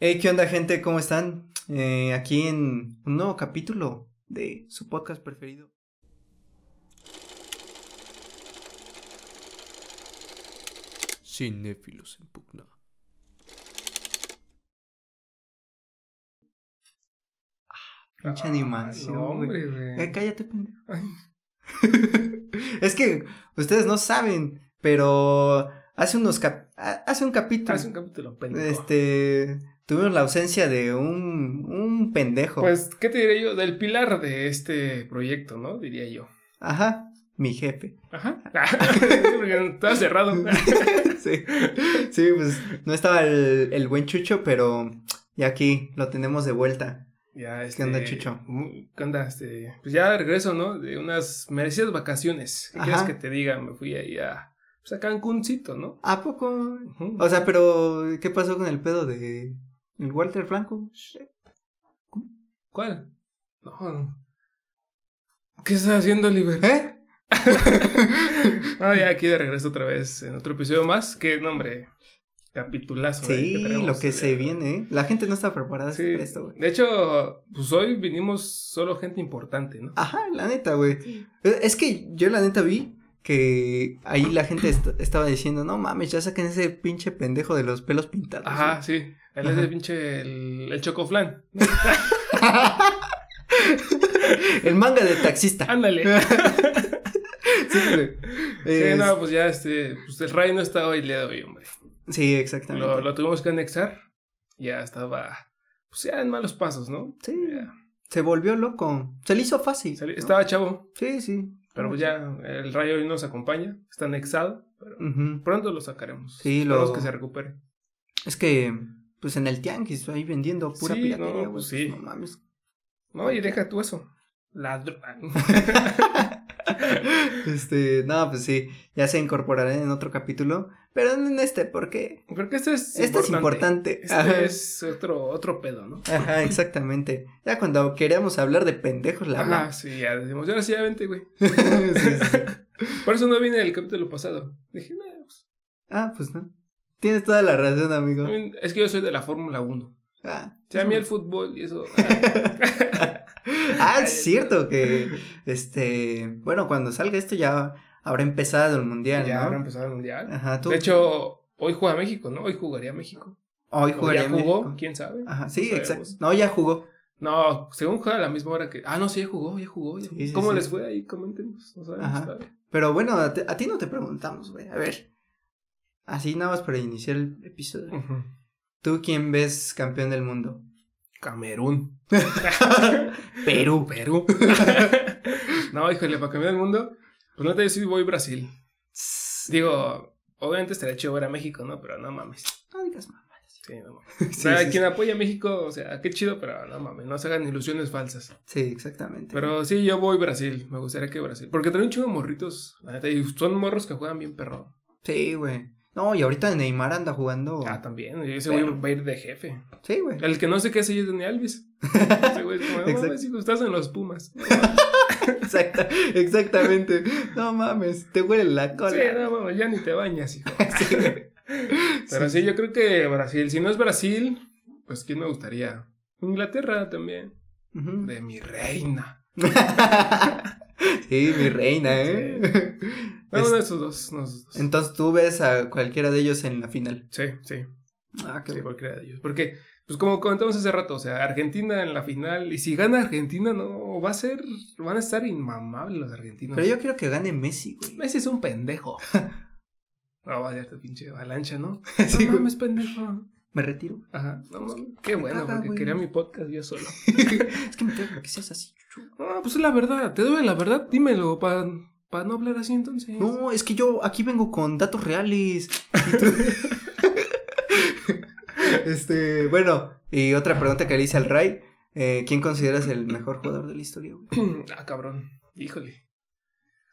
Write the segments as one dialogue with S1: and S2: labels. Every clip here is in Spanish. S1: Hey, ¿qué onda, gente? ¿Cómo están? Eh, aquí en un nuevo capítulo de su podcast preferido. Cinéfilos en pugna. Pinche
S2: Ay,
S1: animación,
S2: Ah, no,
S1: güey.
S2: hombre, güey.
S1: Eh, cállate, pendejo. es que ustedes no saben, pero hace unos cap- ha- hace un capítulo.
S2: Hace un capítulo pendejo.
S1: Este, tuvimos la ausencia de un, un pendejo.
S2: Pues, ¿qué te diré yo? Del pilar de este proyecto, ¿no? Diría yo.
S1: Ajá, mi jefe.
S2: Ajá. Porque Estaba cerrado.
S1: sí. sí, pues no estaba el, el buen Chucho, pero ya aquí lo tenemos de vuelta.
S2: ya, este,
S1: onda, Chucho?
S2: mm, ¿Qué onda? Este, pues ya de regreso, ¿no? De unas merecidas vacaciones. ¿Qué
S1: Ajá.
S2: quieres que te diga? Me fui ahí a, pues a Cancuncito, ¿no?
S1: ¿A poco?
S2: Ujú.
S1: O sea, pero ¿qué pasó con el pedo de el Walter Franco?
S2: ¿Cuál? No, no. ¿Qué estás haciendo, Oliver?
S1: ¿Eh?
S2: Ah, ya aquí de regreso otra vez en otro episodio más. Qué nombre. Capitulazo. eh,
S1: Sí,
S2: tenemos
S1: lo que
S2: el día de
S1: se
S2: hoy.
S1: viene, ¿eh? La gente no está preparada
S2: Sí.
S1: para esto, güey.
S2: De hecho, pues hoy vinimos solo gente importante, ¿no?
S1: Ajá, la neta, güey. Eh, Es que yo la neta vi que ahí la gente est- estaba diciendo, no mames, ya saquen ese pinche pendejo de los pelos pintados.
S2: Ajá, sí. Él es
S1: Ajá.
S2: el pinche el, el chocoflan.
S1: El manga del taxista.
S2: Ándale.
S1: Sí, güey.
S2: sí,
S1: Es-
S2: no, pues ya este, pues el Ray no está hoy el día de hoy, hombre.
S1: sí, exactamente.
S2: Lo, lo tuvimos que anexar. Ya estaba, pues ya en malos pasos, ¿no?
S1: Sí.
S2: Ya.
S1: Se volvió loco. Se le hizo fácil.
S2: Sali-
S1: Mm. ¿no?
S2: Estaba chavo,
S1: Sí, sí.
S2: pero pues ya el Ray hoy nos acompaña, está anexado, pero
S1: Ujú.
S2: pronto lo sacaremos.
S1: Sí, lo-
S2: Esperemos que se recupere.
S1: Es que, pues en el tianguis, ahí vendiendo pura
S2: Sí,
S1: piratería,
S2: no,
S1: güey.
S2: pues sí.
S1: No mames.
S2: No, y deja tú eso. La droga.
S1: Este, no, pues sí. Ya se incorporará en otro capítulo. Pero no en este, porque
S2: Porque este es
S1: este es importante.
S2: Este
S1: Ajá.
S2: es otro, otro pedo, ¿no?
S1: Ajá, exactamente. Ya cuando queríamos hablar de pendejos, la
S2: Ajá,
S1: hablamos.
S2: sí, ya decimos, y ahora sí, ya vente, güey.
S1: Sí, sí, sí.
S2: Por eso no vine el capítulo pasado. Dije, "Nah, pues,
S1: Ah, pues no. Tienes toda la razón, amigo.
S2: también- es que yo soy de la Fórmula 1.
S1: Ah,
S2: O sea, a mí el fútbol y eso. ah.
S1: Ah, es cierto que, este, bueno, cuando salga esto ya habrá empezado el mundial,
S2: ya habrá
S1: ¿no?
S2: empezado el mundial.
S1: Ajá, tú.
S2: De hecho, hoy juega México, ¿no? Hoy jugaría México.
S1: hoy
S2: O
S1: jugaría
S2: ya jugó,
S1: México. Ah.
S2: quién sabe.
S1: Ajá, sí,
S2: No
S1: exacto.
S2: sabemos.
S1: No, ya jugó.
S2: No, según juega a la misma hora que. Ah, no, sí, ya jugó, ya jugó.
S1: Sí,
S2: ya jugó.
S1: sí,
S2: ¿Cómo
S1: sí.
S2: les fue ahí? Coméntenos. No sabemos.
S1: Ajá.
S2: ¿sabe?
S1: Pero bueno, a, ti- a ti no te preguntamos, güey. A ver. Así nada más para iniciar el episodio.
S2: Ujú.
S1: ¿Tú quién ves campeón del mundo?
S2: Camerún.
S1: Perú.
S2: Perú. no, híjole, para cambiar el mundo, pues no te sí voy a Brasil.
S1: Tss,
S2: Digo, obviamente estaría chido ver a México, ¿no? Pero no mames.
S1: No digas más.
S2: Sí, no mames.
S1: Sí,
S2: o sea,
S1: sí, sí.
S2: quien apoya a México, o sea, qué chido, pero no mames, no se hagan ilusiones falsas.
S1: Sí, exactamente.
S2: Pero sí, yo voy a Brasil, me gustaría que Brasil. Porque traen un chingo de morritos, la neta, y son morros que juegan bien perro.
S1: Sí, güey. No, y ahorita Neymar anda jugando.
S2: Ah, también, y ese güey
S1: Pero-
S2: va a ir de jefe.
S1: Sí, güey.
S2: El que no sé qué es, ella es Dani Alves. Ese güey es como, no
S1: Exacto.
S2: mames, hijo, estás en los Pumas.
S1: Exacta- exactamente. No mames, te huele la cola.
S2: Sí, no mames, ya ni te bañas, hijo.
S1: Sí, güey.
S2: Pero sí, yo creo que Brasil. Si no es Brasil, pues ¿quién me gustaría? Inglaterra también.
S1: Ujú.
S2: De mi reina.
S1: Sí, mi reina, ¿eh?
S2: No,
S1: Es-
S2: uno de esos dos. uno de esos dos.
S1: Entonces tú ves a cualquiera de ellos en la final.
S2: Sí, sí,
S1: Ah,
S2: sí, cualquiera de ellos. Porque, pues como comentamos hace rato, o sea, Argentina en la final. Y si gana Argentina, no, va a ser, van a estar inmamables los argentinos.
S1: Pero yo quiero que gane Messi, güey.
S2: Messi es un pendejo. No, vaya tu pinche avalancha, ¿no?
S1: Sí,
S2: no
S1: güey.
S2: mames, pendejo.
S1: Me retiro.
S2: Ajá, no mames. Qué bueno,
S1: caga,
S2: porque
S1: güey.
S2: quería mi podcast yo solo.
S1: es que me cago que seas así. chuchu.
S2: Ah, pues es la verdad, te duele la verdad, dímelo, para no hablar así entonces.
S1: No, es que yo aquí vengo con datos reales. Y tú- este, bueno, y otra pregunta que le hice al Ray. eh, ¿Quién consideras el mejor jugador de la historia, güey?
S2: ah, cabrón, híjole.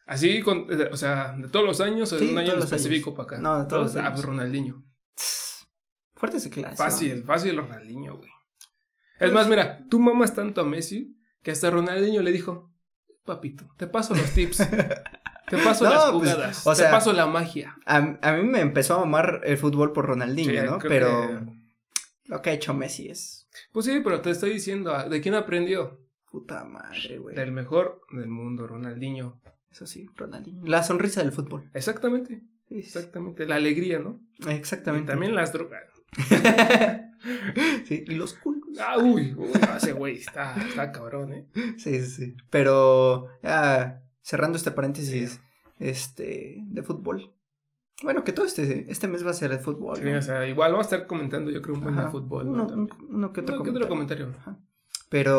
S2: Así, con, eh, o sea, de todos los años o de
S1: Sí,
S2: un año
S1: todos
S2: en
S1: los años.
S2: específico para acá.
S1: No, de todos los
S2: Ah,
S1: años.
S2: pues Ronaldinho.
S1: Tss, Fuertes declaraciones.
S2: Fácil, fácil Ronaldinho, güey. Es más, mira, tú mamas tanto a Messi que hasta Ronaldinho le dijo, papito, te paso los tips, te paso
S1: No,
S2: las
S1: pues,
S2: jugadas,
S1: o sea,
S2: te paso la magia.
S1: A, a mí me empezó a amar el fútbol por Ronaldinho,
S2: Sí,
S1: ¿no?
S2: creo
S1: Pero
S2: que-
S1: Lo que ha hecho Messi es
S2: Pues sí, pero te estoy diciendo, ah, ¿de quién aprendió?
S1: puta madre, güey.
S2: Del mejor del mundo, Ronaldinho.
S1: Eso sí, Ronaldinho. La sonrisa del fútbol.
S2: Exactamente,
S1: Sí, sí,
S2: exactamente. La alegría, ¿no? Y
S1: Exactamente.
S2: también las drogas.
S1: sí, y los culos.
S2: Ah, uy, uy, no, ese güey está, está cabrón, ¿eh?
S1: Sí, sí, sí. Pero ah, cerrando este paréntesis este, de fútbol. Bueno, que todo este, este mes va a ser de fútbol.
S2: Sí,
S1: ¿no?
S2: o sea, igual vamos a estar comentando, yo creo, un buen de
S1: Ajá.
S2: fútbol.
S1: Uno,
S2: ¿no? También.
S1: un- uno que otro
S2: No, ¿qué otro
S1: comentario.
S2: comentario?
S1: Ajá. Pero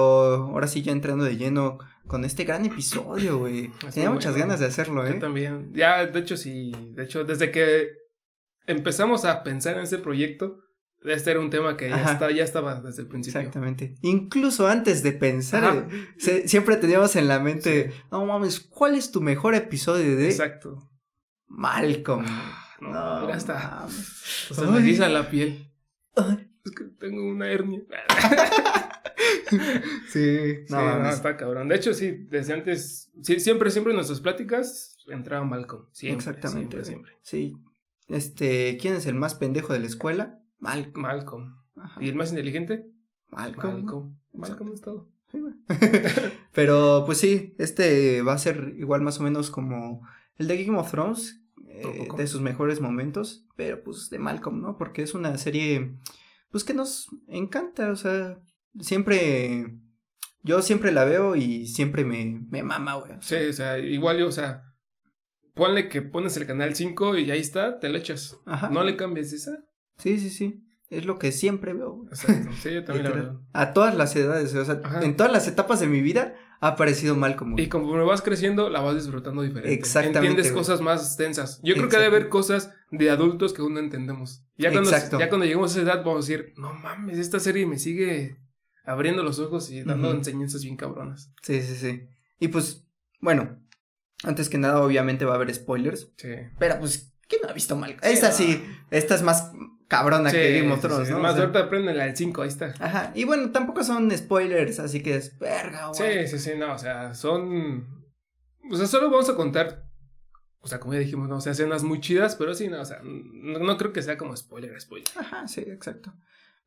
S1: ahora sí, ya entrando de lleno con este gran episodio, güey.
S2: Estuvo
S1: Tenía muchas
S2: bueno.
S1: ganas de hacerlo, ¿eh?
S2: Yo también. Ya, de hecho, sí. De hecho, desde que empezamos a pensar en ese proyecto, este era un tema que ya,
S1: Ajá.
S2: está, ya estaba desde el principio.
S1: Exactamente. Incluso antes de pensar, eh,
S2: Ajá.
S1: se- siempre teníamos en la mente, no mames, ¿cuál es tu mejor episodio de
S2: Exacto.
S1: Malcolm?
S2: No, mira, hasta.
S1: mames.
S2: o sea, me
S1: Ay.
S2: eriza la piel.
S1: Ay.
S2: Es que tengo una hernia.
S1: Sí,
S2: Sí,
S1: no,
S2: no,
S1: mames.
S2: está cabrón. De hecho, sí, desde antes, sí, siempre, siempre en nuestras pláticas entraba Malcolm. Siempre,
S1: Exactamente.
S2: Exactamente.
S1: güey.
S2: Siempre,
S1: Sí. Este, ¿quién es el más pendejo de la escuela? Malcolm.
S2: Malcolm.
S1: Ajá.
S2: ¿Y el más inteligente?
S1: Malcolm.
S2: Malcolm. Malcolm es todo.
S1: Sí, güey. Pero pues sí, este va a ser igual más o menos como el de Game of Thrones, eh,
S2: Un poco.
S1: de sus mejores momentos, pero pues de Malcolm, ¿no? Porque es una serie, pues que nos encanta, o sea, siempre, yo siempre la veo y siempre me, me mama, güey. o
S2: Sí,
S1: sea,
S2: o sea, igual yo, o sea, ponle que pones el canal 5 y ahí está, te lo echas.
S1: Ajá.
S2: No le cambies "Ah, esa.
S1: Sí, sí, sí, es lo que siempre veo, güey.
S2: Exacto. Sí, yo también la
S1: Literal.
S2: veo.
S1: A todas las edades, o sea,
S2: Ajá.
S1: en todas las etapas de mi vida ha aparecido Malcolm, güey.
S2: Y conforme vas creciendo, la vas disfrutando diferente.
S1: Exactamente,
S2: Entiendes
S1: güey.
S2: cosas más densas. Yo creo que debe haber cosas de adultos que aún no entendemos. Ya cuando,
S1: Exacto.
S2: ya cuando lleguemos a esa edad, vamos a decir, no mames, esta serie me sigue abriendo los ojos y dando
S1: Ujú.
S2: enseñanzas bien cabronas.
S1: Sí, sí, sí. Y pues, bueno, antes que nada, obviamente va a haber spoilers.
S2: Sí.
S1: Pero pues, ¿quién no ha visto mal?
S2: Sí,
S1: esta
S2: no.
S1: sí, esta es más cabrona que Game of
S2: sí,
S1: Thrones,
S2: sí.
S1: ¿no? O
S2: Más
S1: sea,
S2: ahorita aprenden al 5, ahí está.
S1: Ajá. Y bueno, tampoco son spoilers, así que es verga, güey.
S2: Sí, sí, sí, no, o sea, son. O sea, solo vamos a contar. O sea, como ya dijimos, no, o sea, escenas muy chidas, pero sí, no, o sea, no, no creo que sea como spoiler, spoiler.
S1: Ajá, sí, exacto.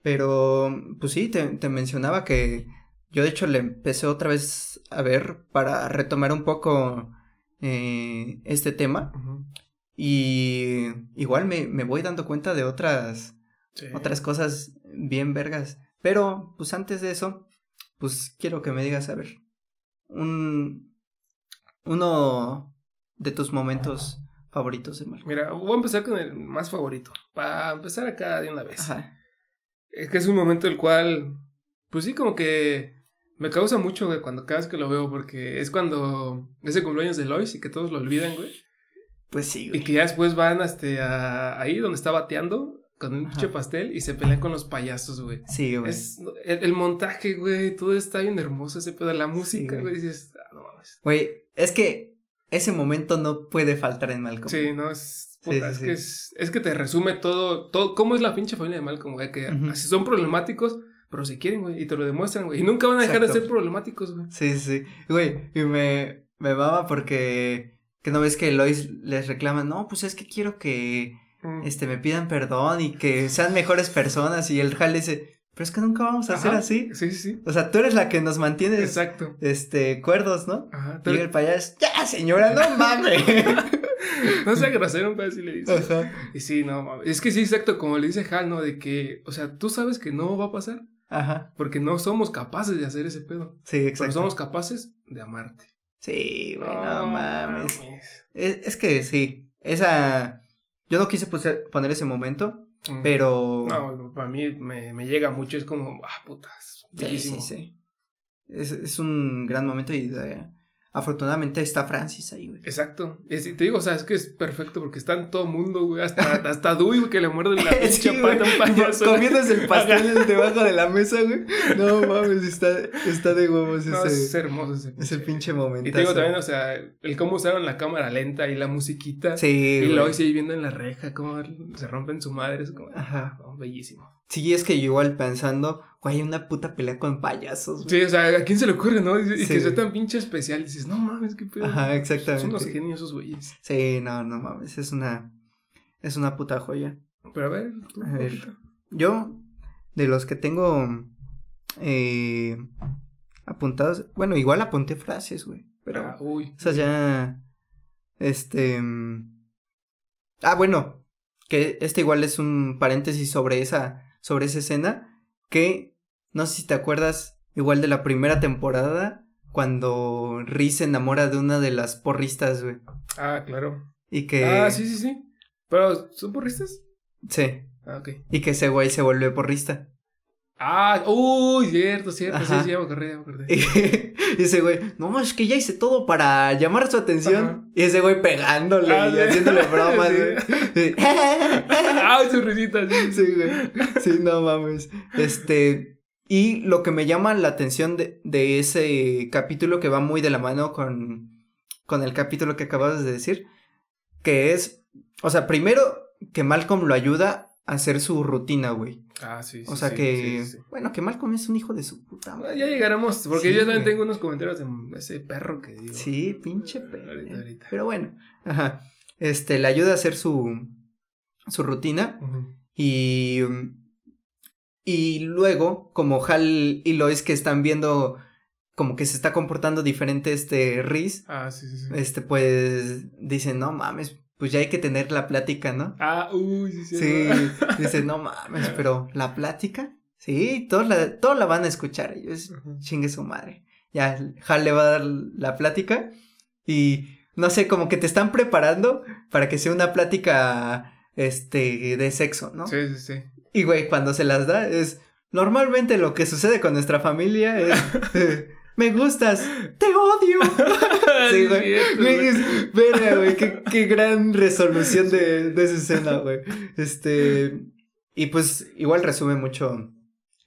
S1: Pero, pues sí, te, te mencionaba que yo de hecho le empecé otra vez a ver para retomar un poco eh, este tema. Y igual me, me voy dando cuenta de otras
S2: Sí.
S1: otras cosas bien vergas. Pero, pues antes de eso, pues quiero que me digas, a ver, un, uno de tus momentos favoritos de Malcolm.
S2: Mira, voy a empezar con el más favorito. Para empezar acá de una vez.
S1: Ajá,
S2: Es que es un momento el cual. Pues sí, como que. Me causa mucho, güey, cuando cada vez que lo veo, porque es cuando es el cumpleaños de Lois y que todos lo olvidan, güey.
S1: pues sí,
S2: Y
S1: güey.
S2: que ya después van este, a, ahí donde está bateando con un
S1: Ajá.
S2: pinche pastel y se pelean con los payasos, güey.
S1: Sí, güey.
S2: Es, el, el montaje, güey, todo está bien hermoso, ese pedo, la música,
S1: güey.
S2: güey, dices, ah, no mames.
S1: Güey, es que ese momento no puede faltar en Malcolm.
S2: Sí, no, es,
S1: Sí,
S2: puta,
S1: sí,
S2: es
S1: sí.
S2: que es, es que te resume todo, todo, cómo es la pinche familia de Malcolm, güey, que
S1: Ujú.
S2: así son problemáticos, pero se quieren, güey, y te lo demuestran, güey, y nunca van a dejar de
S1: Exacto.
S2: ser problemáticos, güey.
S1: Sí, sí. Güey, y me, me mama porque... Que no ves que Lois les reclama, no, pues es que quiero que este, me pidan perdón y que sean mejores personas. Y el Hal dice, pero es que nunca vamos a hacer
S2: Mm. Ajá.
S1: así.
S2: Sí, sí, sí,
S1: O sea, tú eres la que nos mantienes
S2: exacto.
S1: este, cuerdos, ¿no?
S2: Ajá,
S1: Y
S2: pero
S1: el payaso, ya señora, no mames.
S2: no sea grosero, pero así le dices.
S1: Ajá.
S2: Y sí, no mames. Es que sí, exacto, como le dice Hal, ¿no? De que, o sea, tú sabes que no va a pasar
S1: Ajá.
S2: porque no somos capaces de hacer ese pedo.
S1: Sí,
S2: Pero
S1: exacto.
S2: somos capaces de amarte.
S1: Sí, güey, no mames.
S2: mames.
S1: E, Es, es que sí, esa. Yo no quise puse- poner ese momento,
S2: Mm.
S1: pero.
S2: No, para mí me, me llega mucho. Es como, ah, putas.
S1: sí, sí,
S2: bellísimo.
S1: sí. Es, es un gran momento y eh, afortunadamente está Francis ahí, güey.
S2: Exacto. Es- y te digo, o sea, es que es perfecto porque está en todo mundo, güey. Hasta, hasta Dewey, güey, que le muerde la
S1: Sí,
S2: pinche
S1: güey.
S2: pata a un payaso.
S1: Comiéndose el pastel debajo de la mesa, güey. No mames, está, está de huevos
S2: No,
S1: ese,
S2: es hermoso ese.
S1: ese pinche
S2: Y
S1: momento.
S2: te digo también, o sea, el cómo usaron la cámara lenta y la musiquita.
S1: Sí,
S2: Y
S1: güey.
S2: luego sigue viendo en la reja cómo se rompen su madre. Es como, ah,
S1: Ajá.
S2: no, bellísimo.
S1: Sí, es que yo igual pensando, güey, hay una puta pelea con payasos, güey.
S2: Sí, o sea, ¿a quién se le ocurre, no? Y, y
S1: Sí,
S2: que sea
S1: güey.
S2: tan pinche especial. Dices, no mames, qué pedo.
S1: Ajá, exactamente.
S2: Son unos genios esos güeyes.
S1: Sí, no, no mames, es una, es una puta joya.
S2: Pero a ver, tú,
S1: A ver.
S2: ahorita.
S1: Yo, de los que tengo eh, apuntados. Bueno, igual apunté frases, güey. Pero
S2: Ah, uy.
S1: esas ya. Este. mm, Ah, bueno. Que este igual es un paréntesis sobre esa. Sobre esa escena. Que. No sé si te acuerdas. Igual de la primera temporada. Cuando Rhys se enamora de una de las porristas, güey.
S2: Ah, claro.
S1: Y que.
S2: Ah, sí, sí, sí. Pero, ¿son porristas?
S1: Sí.
S2: Ah, ok.
S1: Y que ese güey se vuelve porrista.
S2: Ah, uy, cierto, cierto.
S1: Ajá. Eh.
S2: Sí, sí, ya me acordé, ya me acordé.
S1: Y ese güey, no, es que ya hice todo para llamar su atención.
S2: Ajá.
S1: Y ese güey pegándole
S2: Ah,
S1: y
S2: sí.
S1: haciéndole bromas,
S2: Sí.
S1: güey. Sí.
S2: ah, su risita, sí.
S1: Sí, güey. Sí, no mames. Este. Y lo que me llama la atención de, de ese capítulo que va muy de la mano con, con el capítulo que acabas de decir, que es, o sea, primero que Malcolm lo ayuda a hacer su rutina, güey.
S2: Ah, sí, sí.
S1: O sea
S2: sí,
S1: que,
S2: sí, sí, sí.
S1: bueno, que Malcolm es un hijo de su puta
S2: Ah,
S1: madre.
S2: Ya llegaremos, porque
S1: Sí,
S2: yo también
S1: güey.
S2: tengo unos comentarios de ese perro que digo.
S1: Sí, pinche
S2: Ah,
S1: pene.
S2: ahorita, ahorita.
S1: Pero bueno, ajá. Este, le ayuda a hacer su, su rutina
S2: Ujú.
S1: y... mm, Y luego, como Hal y Lois que están viendo como que se está comportando diferente este Riz,
S2: Ah, sí, sí, sí.
S1: este, pues dicen, no mames, pues ya hay que tener la plática, ¿no?
S2: Ah, uy, sí, sí.
S1: Sí, dicen, no mames, pero la plática, sí, todos la, todos la van a escuchar. Y yo, es-
S2: Ujú.
S1: chingue su madre. Ya, Hal le va a dar la plática y no sé, como que te están preparando para que sea una plática este de sexo, ¿no?
S2: Sí, sí, sí.
S1: Y güey, cuando se las da es normalmente lo que sucede con nuestra familia es eh, me gustas, te odio. Sí, güey.
S2: cierto,
S1: Güey, es- verga, güey, qué, qué gran resolución de, de esa escena, güey. Este, y pues igual resume mucho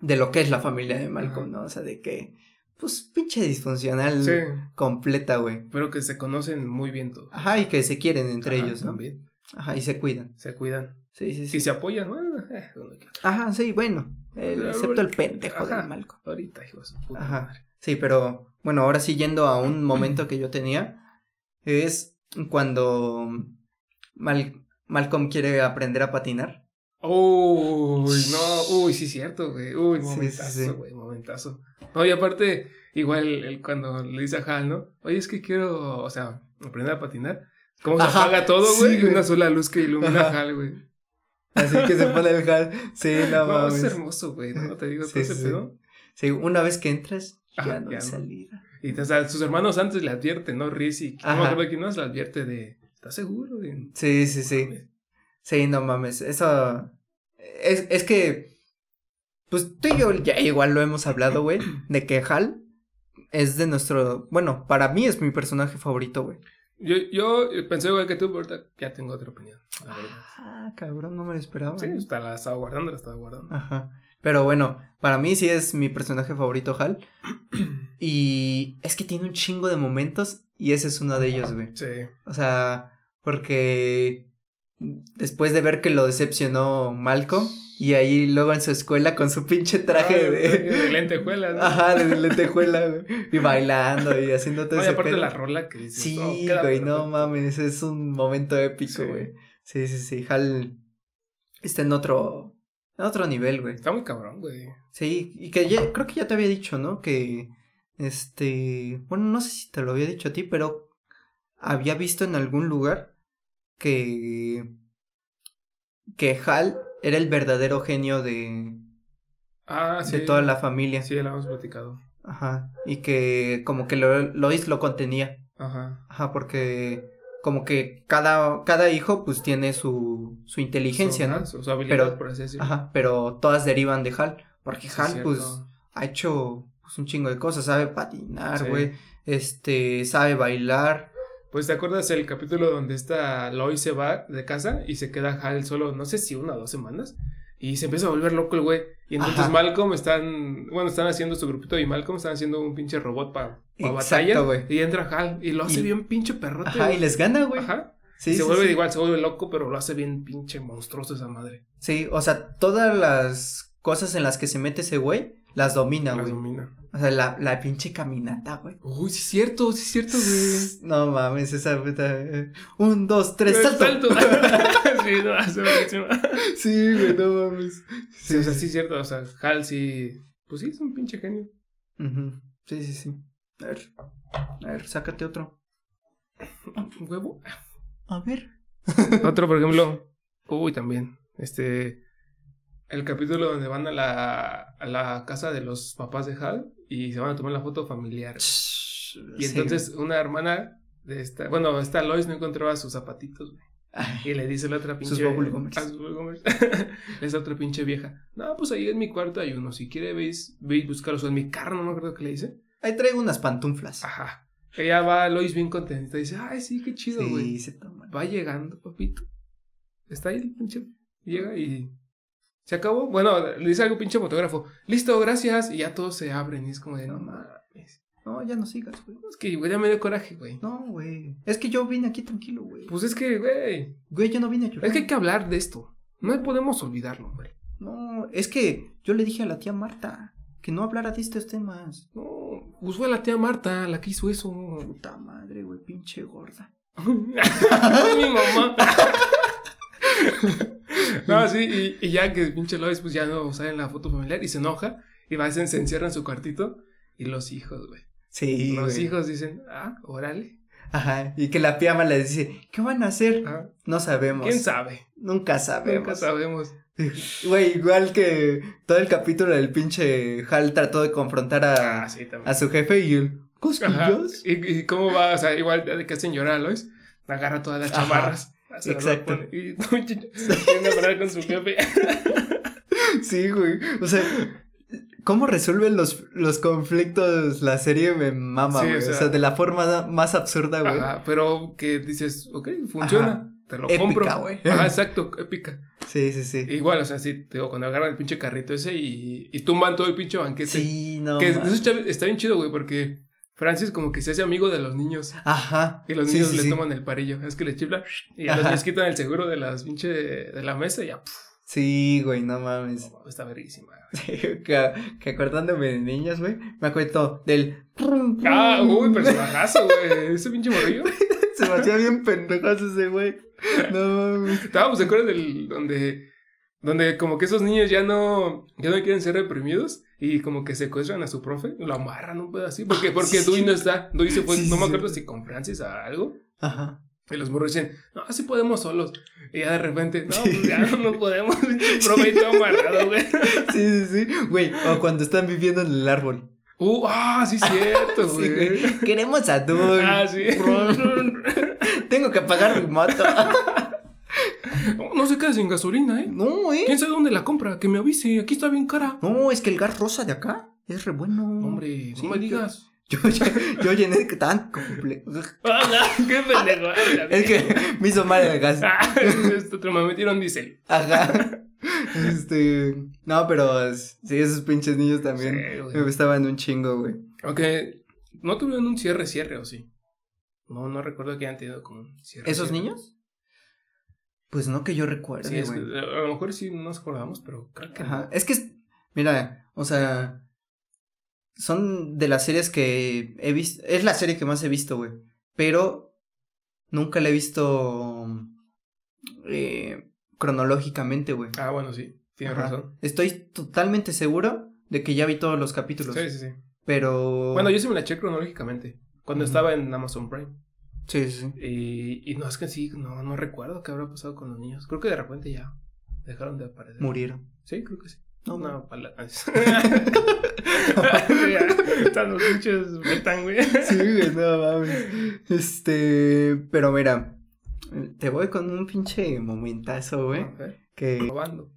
S1: de lo que es la familia de Malcolm, ¿no? O sea, de que, pues, pinche disfuncional
S2: Sí,
S1: completa, güey.
S2: pero que se conocen muy bien todos.
S1: Ajá, y que se quieren entre
S2: Ajá,
S1: ellos, ¿no?
S2: también.
S1: Ajá, y se cuidan.
S2: Se cuidan.
S1: Sí, sí,
S2: Si
S1: sí.
S2: se apoyan, bueno, eh, donde quiera.
S1: Ajá, sí, bueno, el- excepto el pendejo de
S2: Ajá.
S1: Malcolm.
S2: ahorita, hijo de su puta
S1: Ajá.
S2: madre.
S1: Sí, pero bueno, ahora sí yendo a un momento que yo tenía, es cuando Mal- Malcolm quiere aprender a patinar.
S2: Uy, no, uy, sí, cierto, güey. Uy,
S1: Sí, sí,
S2: momentazo,
S1: sí.
S2: güey, momentazo. No, y aparte, igual el- cuando le dice a Hal, ¿no? Oye, es que quiero, o sea, aprender a patinar. ¿Cómo se
S1: Ajá,
S2: apaga todo,
S1: sí,
S2: güey?
S1: güey.
S2: Una sola luz que ilumina
S1: Ajá.
S2: a Hal, güey.
S1: Así que se pone el hal. Sí, no
S2: No, es
S1: mames.
S2: hermoso, güey, ¿no? Te digo,
S1: Sí,
S2: todo ese
S1: sí.
S2: pedo.
S1: Sí, una vez que entras, Ah, ya
S2: Ajá,
S1: no
S2: ya
S1: hay
S2: no.
S1: salida.
S2: Y o sea, sus hermanos antes le advierten, ¿no? Riz y no
S1: Ajá.
S2: me acuerdo quién más le advierte de. ¿Estás seguro? De...
S1: Sí, sí, sí. Sí, no mames. Eso. Es, es que. Pues tú y yo ya igual lo hemos hablado, güey. De que Hal es de nuestro. Bueno, para mí es mi personaje favorito, güey.
S2: Yo, yo eh, pensé igual que tú, pero ahorita ya tengo otra opinión. la verdad.
S1: Ah, cabrón, no me lo esperaba.
S2: Sí, hasta la estaba guardando, la estaba guardando.
S1: Ajá. Pero bueno, para mí sí es mi personaje favorito, Hal. Y es que tiene un chingo de momentos. Y ese es uno de ellos, güey.
S2: Sí.
S1: O sea, porque después de ver que lo decepcionó Malcolm y ahí luego en su escuela con su pinche traje
S2: Ah, traje
S1: de...
S2: de lentejuelas, ¿no?
S1: Ajá, de lentejuela, güey. Y bailando y haciendo todo
S2: No, y
S1: ese
S2: aparte
S1: pedo.
S2: la rola que dices.
S1: Sí,
S2: oh, queda
S1: güey, no
S2: perfecto.
S1: mames, es un momento épico,
S2: Sí.
S1: güey. Sí, sí, sí, Hal está en otro, en otro nivel, güey.
S2: Está muy cabrón, güey.
S1: Sí, y que ya, creo que ya te había dicho, ¿no? Que, este, bueno, no sé si te lo había dicho a ti, pero había visto en algún lugar que, que Hal era el verdadero genio de,
S2: Ah, sí.
S1: de toda la familia.
S2: Sí, la hemos platicado.
S1: Ajá, y que como que lo, Lois lo contenía.
S2: Ajá.
S1: Ajá, porque como que cada, cada hijo pues tiene su, su inteligencia,
S2: Su-
S1: ¿no?
S2: ah, Su, su habilidad,
S1: Pero-
S2: por así decirlo.
S1: Ajá, pero todas derivan de Hal, porque
S2: Sí,
S1: Hal
S2: cierto.
S1: pues ha hecho pues, un chingo de cosas, sabe patinar,
S2: Sí.
S1: güey, este, sabe bailar.
S2: Pues te acuerdas el capítulo donde esta Lois se va de casa y se queda Hal solo, no sé si una o dos semanas, y se empieza a volver loco el güey. Y entonces
S1: Ajá.
S2: Malcolm están, bueno, están haciendo su grupito y Malcolm están haciendo un pinche robot para
S1: Exacto,
S2: batalla.
S1: güey.
S2: Y entra Hal y lo hace
S1: Y-
S2: bien pinche perrote.
S1: Ajá,
S2: güey.
S1: y les gana, güey.
S2: Ajá.
S1: Sí,
S2: Y se
S1: sí,
S2: vuelve
S1: sí.
S2: igual, se vuelve loco, pero lo hace bien pinche monstruoso esa madre.
S1: Sí, o sea, todas las cosas en las que se mete ese güey, las domina,
S2: Las
S1: güey.
S2: domina.
S1: O sea, la, la pinche caminata, güey.
S2: Uy, sí es cierto, sí es cierto, güey.
S1: No mames, esa puta. eh, Un, dos, tres,
S2: Eh,
S1: salto.
S2: sí, no, se va encima.
S1: Sí, güey, no mames.
S2: Sí, o sea, sí es cierto, o sea, Hal sí... Pues sí, es un pinche genio.
S1: Ujú. Sí, sí, sí. A ver. A ver, sácate otro.
S2: Huevo.
S1: A ver.
S2: Otro, por ejemplo. Uy, también. Este. El capítulo donde van a la, a la casa de los papás de Hal y se van a tomar la foto familiar. Y entonces una hermana de esta. Bueno, esta Lois no encontraba sus zapatitos, güey. Y le dice la otra pinche. Ah,
S1: Sus bubblegumers.
S2: a sus bubblegumers. Esa otra pinche vieja. No, pues ahí en mi cuarto hay uno. Si quiere, veis, veis buscarlos. O en mi carro, no me acuerdo qué le dice.
S1: Ahí traigo unas pantuflas.
S2: Ajá. Ella va, Lois, bien contenta. Dice, ay, sí, qué chido, güey.
S1: sí, se toma.
S2: Va llegando, papito. Está ahí el pinche. Llega y. Se acabó. Bueno, le dice algo pinche fotógrafo. Listo, gracias. Y ya todos se abren. Y es como de no mames.
S1: No, ya no sigas, güey.
S2: No, Es que, güey, ya me dio coraje, güey.
S1: No, güey. Es que yo vine aquí tranquilo, güey.
S2: Pues es que, güey.
S1: Güey, yo no vine a llorar.
S2: Es que hay que hablar de esto. No podemos olvidarlo, güey.
S1: No, es que yo le dije a la tía Marta que no hablara de estos temas.
S2: No. Pues fue la tía Marta la que hizo eso.
S1: Puta madre, güey, pinche gorda.
S2: Mi mamá. no, sí, y, y ya que el pinche Lois pues ya no sale en la foto familiar y se enoja y va, se, se encierra en su cuartito y los hijos, güey.
S1: Sí,
S2: los
S1: güey.
S2: hijos dicen, ah, órale.
S1: Ajá, y que la piama le dice, ¿qué van a hacer?
S2: Ah,
S1: No sabemos.
S2: ¿Quién sabe?
S1: Nunca
S2: Nunca
S1: sabemos.
S2: sabemos.
S1: Güey, igual que todo el capítulo del pinche Hal trató de confrontar a,
S2: Ah, sí, también.
S1: a su jefe y el
S2: Ajá.
S1: cosquillas.
S2: ¿Y, y cómo va? O sea, igual de que hacen llorar a Lois, agarra todas las
S1: Ajá.
S2: chamarras. se las
S1: Exacto.
S2: pone, Y tiene a hablar con su jefe.
S1: Sí, güey. O sea, ¿cómo resuelven los, los conflictos la serie me mama,
S2: Sí, o
S1: güey? o, sea,
S2: sea-
S1: de la forma más absurda, güey.
S2: Ajá, pero que dices, ok, funciona.
S1: Ajá.
S2: Te lo
S1: Épica,
S2: compro.
S1: güey.
S2: Ajá, exacto, épica.
S1: Sí, sí, sí.
S2: Igual, o sea, sí, te digo, cuando agarran el pinche carrito ese y, y tumban todo el pinche banquete.
S1: Sí, no.
S2: que
S1: ma-
S2: eso está, está bien chido, güey, porque Francis como que se hace amigo de los niños.
S1: Ajá.
S2: Y los
S1: Sí,
S2: niños
S1: sí,
S2: le
S1: sí.
S2: toman el parillo. Es que le chifla y a los
S1: Ajá.
S2: niños quitan el seguro de las pinche de la mesa y ya, puf,
S1: Sí, güey, no mames.
S2: está verguísima.
S1: Sí, que, que acordándome de niñas, güey, me acuerdo del.
S2: Ah, uy, personajazo, güey. Ese pinche morrillo.
S1: Se me hacía bien pendejazo ese güey. No mames.
S2: Estábamos, ¿se acuerdan del donde donde como que esos niños ya no ya no quieren ser reprimidos y como que secuestran a su profe, lo amarran un pedo así, porque porque
S1: Ah, sí.
S2: Dewey no está, Dewey se fue,
S1: Sí,
S2: no me
S1: sí,
S2: acuerdo
S1: sí.
S2: si con Francis a algo.
S1: Ajá.
S2: Y los morros dicen, no, así podemos solos. Y ya de repente, no,
S1: Sí.
S2: pues ya no, no podemos. pinche profe ahí todo amarrado, güey.
S1: Sí, sí, sí. Güey, o cuando están viviendo en el árbol.
S2: Uh, ah, sí, cierto,
S1: Sí,
S2: güey.
S1: güey. Queremos a Dune.
S2: Ah, sí.
S1: Tengo que apagar mi moto.
S2: Oh, No, no se queda sin gasolina, ¿eh?
S1: No, eh.
S2: ¿Quién sabe dónde la compra? Que me avise, aquí está bien cara.
S1: No, es que el gas rosa de acá es re bueno.
S2: Hombre,
S1: Sí,
S2: no me
S1: yo-
S2: digas.
S1: Yo, yo, yo llené tan comple-
S2: Ah, no, qué pendejo. Ay, la
S1: Es que me hizo mal el gas.
S2: Ah, este otro, me metieron diésel.
S1: Ajá. Este. No, pero sí, esos pinches niños también
S2: Sí, güey.
S1: me gustaban un chingo, güey.
S2: Aunque no tuvieron un cierre, cierre, o sí. No, no recuerdo que hayan tenido como un cierre.
S1: ¿Esos
S2: cierre.
S1: niños? Pues no que yo recuerde,
S2: Sí, es que,
S1: güey.
S2: a lo mejor sí nos acordamos, pero creo que.
S1: Ajá.
S2: no.
S1: Es que, es- mira, o sea, son de las series que he visto, es la serie que más he visto, güey, pero nunca la he visto eh, cronológicamente, güey.
S2: Ah, bueno, sí, tienes
S1: Ajá.
S2: razón.
S1: Estoy totalmente seguro de que ya vi todos los capítulos,
S2: Sí, sí, sí.
S1: pero...
S2: Bueno, yo sí me la eché cronológicamente. Cuando
S1: Ujú.
S2: estaba en Amazon Prime.
S1: Sí, sí, sí.
S2: Y, y no, es que sí, no, no recuerdo qué habrá pasado con los niños. Creo que de repente ya dejaron de aparecer.
S1: Murieron.
S2: Sí, creo que sí.
S1: No,
S2: No, pala. Ya, Están los pinches metan, güey.
S1: Sí, güey, no mames. Este, pero mira, te voy con un pinche momentazo, güey,
S2: Ok,
S1: que...
S2: Robando.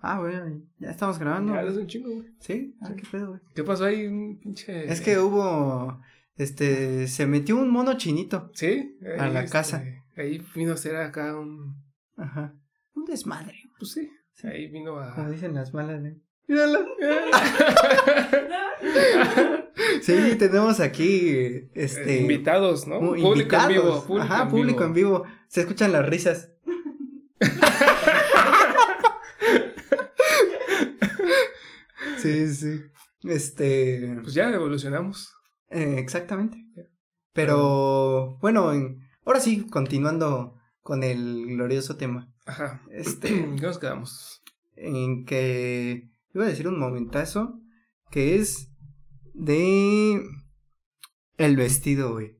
S1: Ah, güey, ya estamos grabando.
S2: Ya,
S1: güey.
S2: es un chingo, güey.
S1: Sí, ah, qué pedo, güey.
S2: ¿Qué pasó ahí? Un pinche.
S1: Es que hubo, este, se metió un mono chinito.
S2: Sí. este,
S1: a la casa.
S2: Ahí vino a ser acá un.
S1: Ajá. Un desmadre, güey,
S2: Pues sí.
S1: Sí.
S2: Ahí vino
S1: como
S2: a.
S1: dicen las malas, ¿eh? ¿no?
S2: Mírala.
S1: Sí, tenemos aquí, este...
S2: Invitados, ¿no?
S1: mu-
S2: Eh, Público en vivo.
S1: invitados.
S2: Público
S1: Ajá, público en vivo. Se escuchan las risas. Sí, sí. Este.
S2: Pues ya evolucionamos.
S1: eh, exactamente. Pero bueno, en- ahora sí, continuando con el glorioso tema.
S2: Ajá.
S1: Este,
S2: ¿Qué nos quedamos?
S1: en que iba a decir un momentazo que es de el vestido, güey.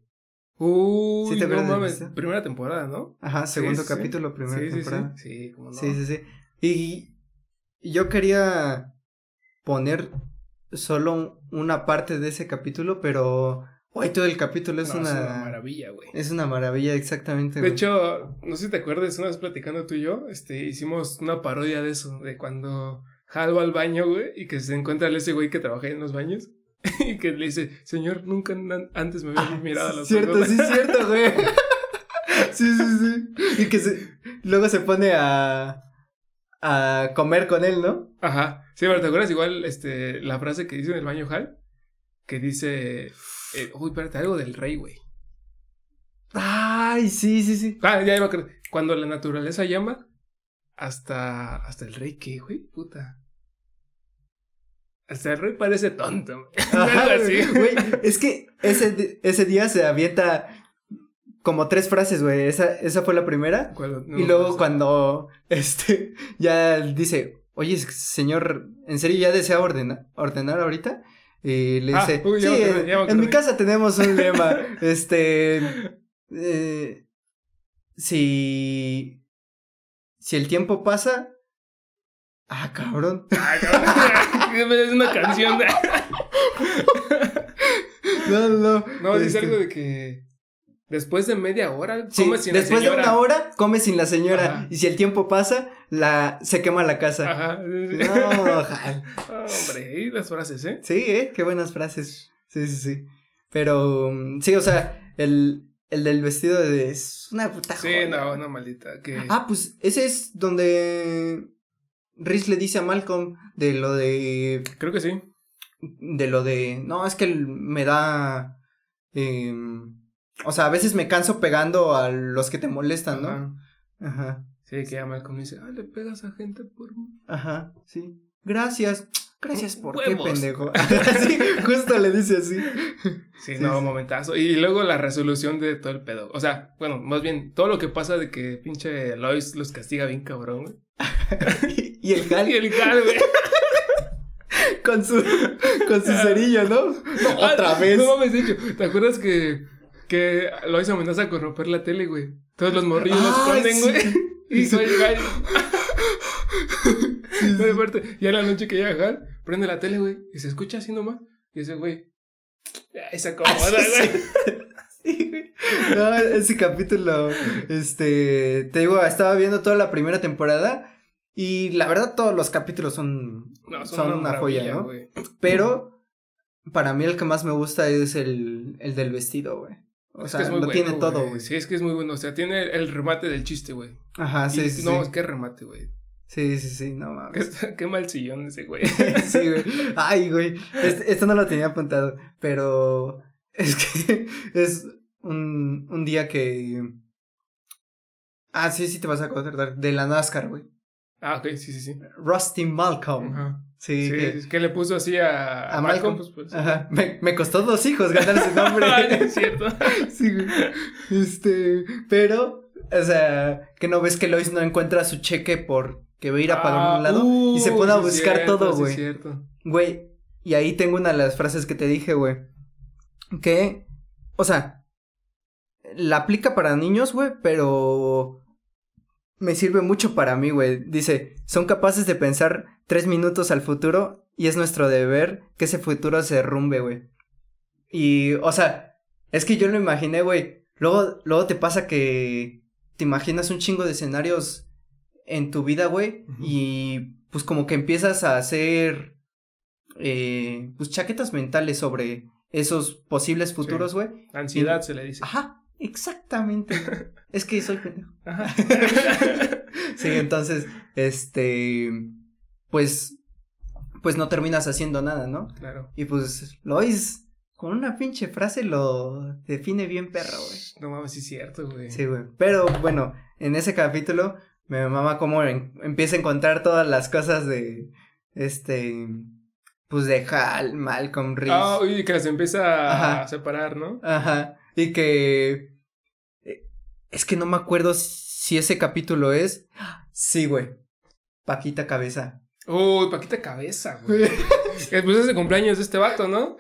S2: Uy,
S1: Sí te
S2: no
S1: acuerdas de
S2: mames.
S1: esa.
S2: Primera temporada, ¿no?
S1: Ajá,
S2: Sí,
S1: segundo
S2: sí, sí.
S1: capítulo, primera
S2: sí,
S1: temporada.
S2: Sí, sí. Sí, cómo no.
S1: Sí, sí, sí. Y y yo quería poner solo un- una parte de ese capítulo, pero hoy todo el capítulo es
S2: No,
S1: una
S2: maravilla, güey.
S1: es una maravilla exactamente.
S2: De
S1: Este, güey.
S2: hecho, no sé si te acuerdas, una vez platicando tú y yo, este, hicimos una parodia de eso, de cuando Hal va al baño, güey, y que se encuentra a ese güey que trabaja ahí en los baños, y que le dice, señor, nunca an- antes me había mirado a los
S1: cierto,
S2: ojos.
S1: Ah, sí, cierto, güey. Sí, sí, sí. Y que se- luego se pone a a comer con él, ¿no?
S2: Ajá. Sí, pero ¿te acuerdas igual este, la frase que dice en el baño Hal? Que dice, eh, uy, espérate, algo del rey, güey.
S1: Ay, sí, sí, sí.
S2: Ah, ya iba a creer. Cuando la naturaleza llama, hasta, hasta el rey, ¿qué, güey? Puta. Hasta el rey parece tonto, güey.
S1: Ajá,
S2: Algo así,
S1: güey. Es que ese, di- ese día se avienta como tres frases, güey. Esa, esa fue la primera.
S2: Cuando- no,
S1: y luego
S2: pues,
S1: cuando este ya dice, oye, señor, ¿en serio ya desea ordena- ordenar ahorita? Y le
S2: Ah,
S1: dice,
S2: uy, ya
S1: sí,
S2: me acordé,
S1: en,
S2: ya me
S1: en
S2: acordé".
S1: mi casa tenemos un lema. este. eh, si. Si el tiempo pasa. Ah, cabrón.
S2: ah, cabrón, es una canción.
S1: No, no, no.
S2: No,
S1: Este,
S2: dice algo de que después de media hora,
S1: Sí,
S2: come sin la
S1: después de
S2: señora.
S1: una hora, come sin la señora.
S2: Ajá.
S1: Y si el tiempo pasa, la se quema la casa.
S2: Ajá. sí, sí.
S1: No, ojalá.
S2: Hombre, y las frases, ¿eh?
S1: Sí, ¿eh? Qué buenas frases. Sí, sí, sí. Pero, mm, sí, o sea, el, el del vestido de... Es una puta
S2: Sí,
S1: joya.
S2: no, no, maldita. Que...
S1: Ah, pues ese es donde Riz le dice a Malcolm de lo de...
S2: Creo que sí.
S1: De lo de... No, es que el- me da... em, o sea, a veces me canso pegando a los que te molestan, ¿no?
S2: Ajá.
S1: Ajá.
S2: Sí, que ya Malcolm dice, ah, le pegas a gente por...
S1: Ajá, sí. Gracias. Gracias por
S2: Huevos.
S1: qué, pendejo. sí, justo le dice así. Sí,
S2: Sí, no,
S1: sí.
S2: momentazo. Y luego la resolución de todo el pedo. O sea, bueno, más bien, todo lo que pasa de que pinche Lois los castiga bien cabrón, güey.
S1: y el Hal
S2: Y el Hal, güey.
S1: con su con su cerillo, ¿no? No, otra
S2: Ah,
S1: vez.
S2: No mames, de hecho, ¿te acuerdas que, que Lois amenaza con romper la tele, güey? Todos los morrillos los
S1: Ah,
S2: esconden,
S1: sí.
S2: güey. Y
S1: Sí.
S2: soy Hal. Muy fuerte. Y a la noche que llega Hal, prende la tele, güey. Y se escucha así nomás. Y dice, güey. Ay, se acomoda,
S1: Ah, sí,
S2: güey.
S1: Sí, güey. No, ese capítulo, este, te digo, estaba viendo toda la primera temporada y la verdad todos los capítulos son,
S2: No,
S1: son una, joya,
S2: maravilla,
S1: ¿no?
S2: güey.
S1: Pero para mí el que más me gusta es el, el del vestido, güey. O sea,
S2: es
S1: lo
S2: bueno,
S1: tiene todo, güey.
S2: Sí, es que es muy bueno. O sea, tiene el remate del chiste, güey.
S1: Ajá, Ah, sí,
S2: Y-
S1: sí.
S2: No,
S1: sí.
S2: qué remate, güey.
S1: Sí, sí, sí, no mames.
S2: Qué, qué mal sillón ese, güey.
S1: Sí, güey. Ay, güey. Este, esto no lo tenía apuntado, pero es que es un, un día que... Ah, sí, sí te vas a acordar de la NASCAR, güey.
S2: Ah, ok, sí, sí, sí.
S1: Rusty Malcolm.
S2: Ajá.
S1: Sí,
S2: Sí,
S1: que-
S2: es que le puso así a,
S1: A
S2: a Malcolm.
S1: Malcolm.
S2: Pues, pues,
S1: Ajá. Me, me costó dos hijos ganar ese nombre.
S2: Ay, no es cierto.
S1: sí, güey. Este, pero, o sea, que no ves que Lois no encuentra su cheque porque va a ir a pagar
S2: Ah,
S1: a un lado
S2: uh.
S1: y se pone
S2: pone
S1: a buscar todo, güey.
S2: Sí, es cierto.
S1: Güey, y ahí tengo una de las frases que te dije, güey. Que, o sea, la aplica para niños, güey, pero me sirve mucho para mí, güey. Dice, son capaces de pensar tres minutos al futuro y es nuestro deber que ese futuro se derrumbe, güey. Y, o sea, es que yo lo imaginé, güey. Luego, luego te pasa que te imaginas un chingo de escenarios en tu vida, güey.
S2: Ujú.
S1: Y pues como que empiezas a hacer eh, pues chaquetas mentales sobre esos posibles futuros, güey.
S2: Ansiedad se le dice.
S1: Ajá, exactamente. es que soy pendejo.
S2: Ajá.
S1: Sí, entonces, este, pues, pues no terminas haciendo nada, ¿no?
S2: claro.
S1: Y pues Lois, con una pinche frase lo define bien perro, güey.
S2: No mames, sí es cierto, güey.
S1: Sí, güey. Pero bueno, en ese capítulo me mama cómo en- empieza a encontrar todas las cosas de este pues de Hal, Malcolm, Reese.
S2: Ah, y que las empieza
S1: Ajá.
S2: a separar, ¿no?
S1: Ajá. Y que. eh, Es que no me acuerdo si ese capítulo es. Sí, güey. Paquita Cabeza.
S2: Uy, Paquita Cabeza, güey. Después es el cumpleaños de este vato, ¿no?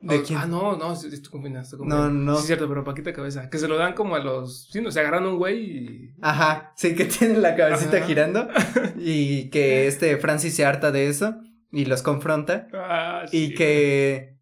S1: ¿De
S2: O-
S1: quién?
S2: Ah, no, no, sí, sí, estoy confundiendo, estoy confundiendo.
S1: No, no.
S2: Sí, es cierto, pero Paquita Cabeza. Que se lo dan como a los. Sí, no, se agarran a un güey y.
S1: Ajá. Sí, que tiene la cabecita
S2: Ajá.
S1: girando. Y que este Francis se harta de eso. Y los confronta.
S2: Ah,
S1: Y
S2: sí.
S1: que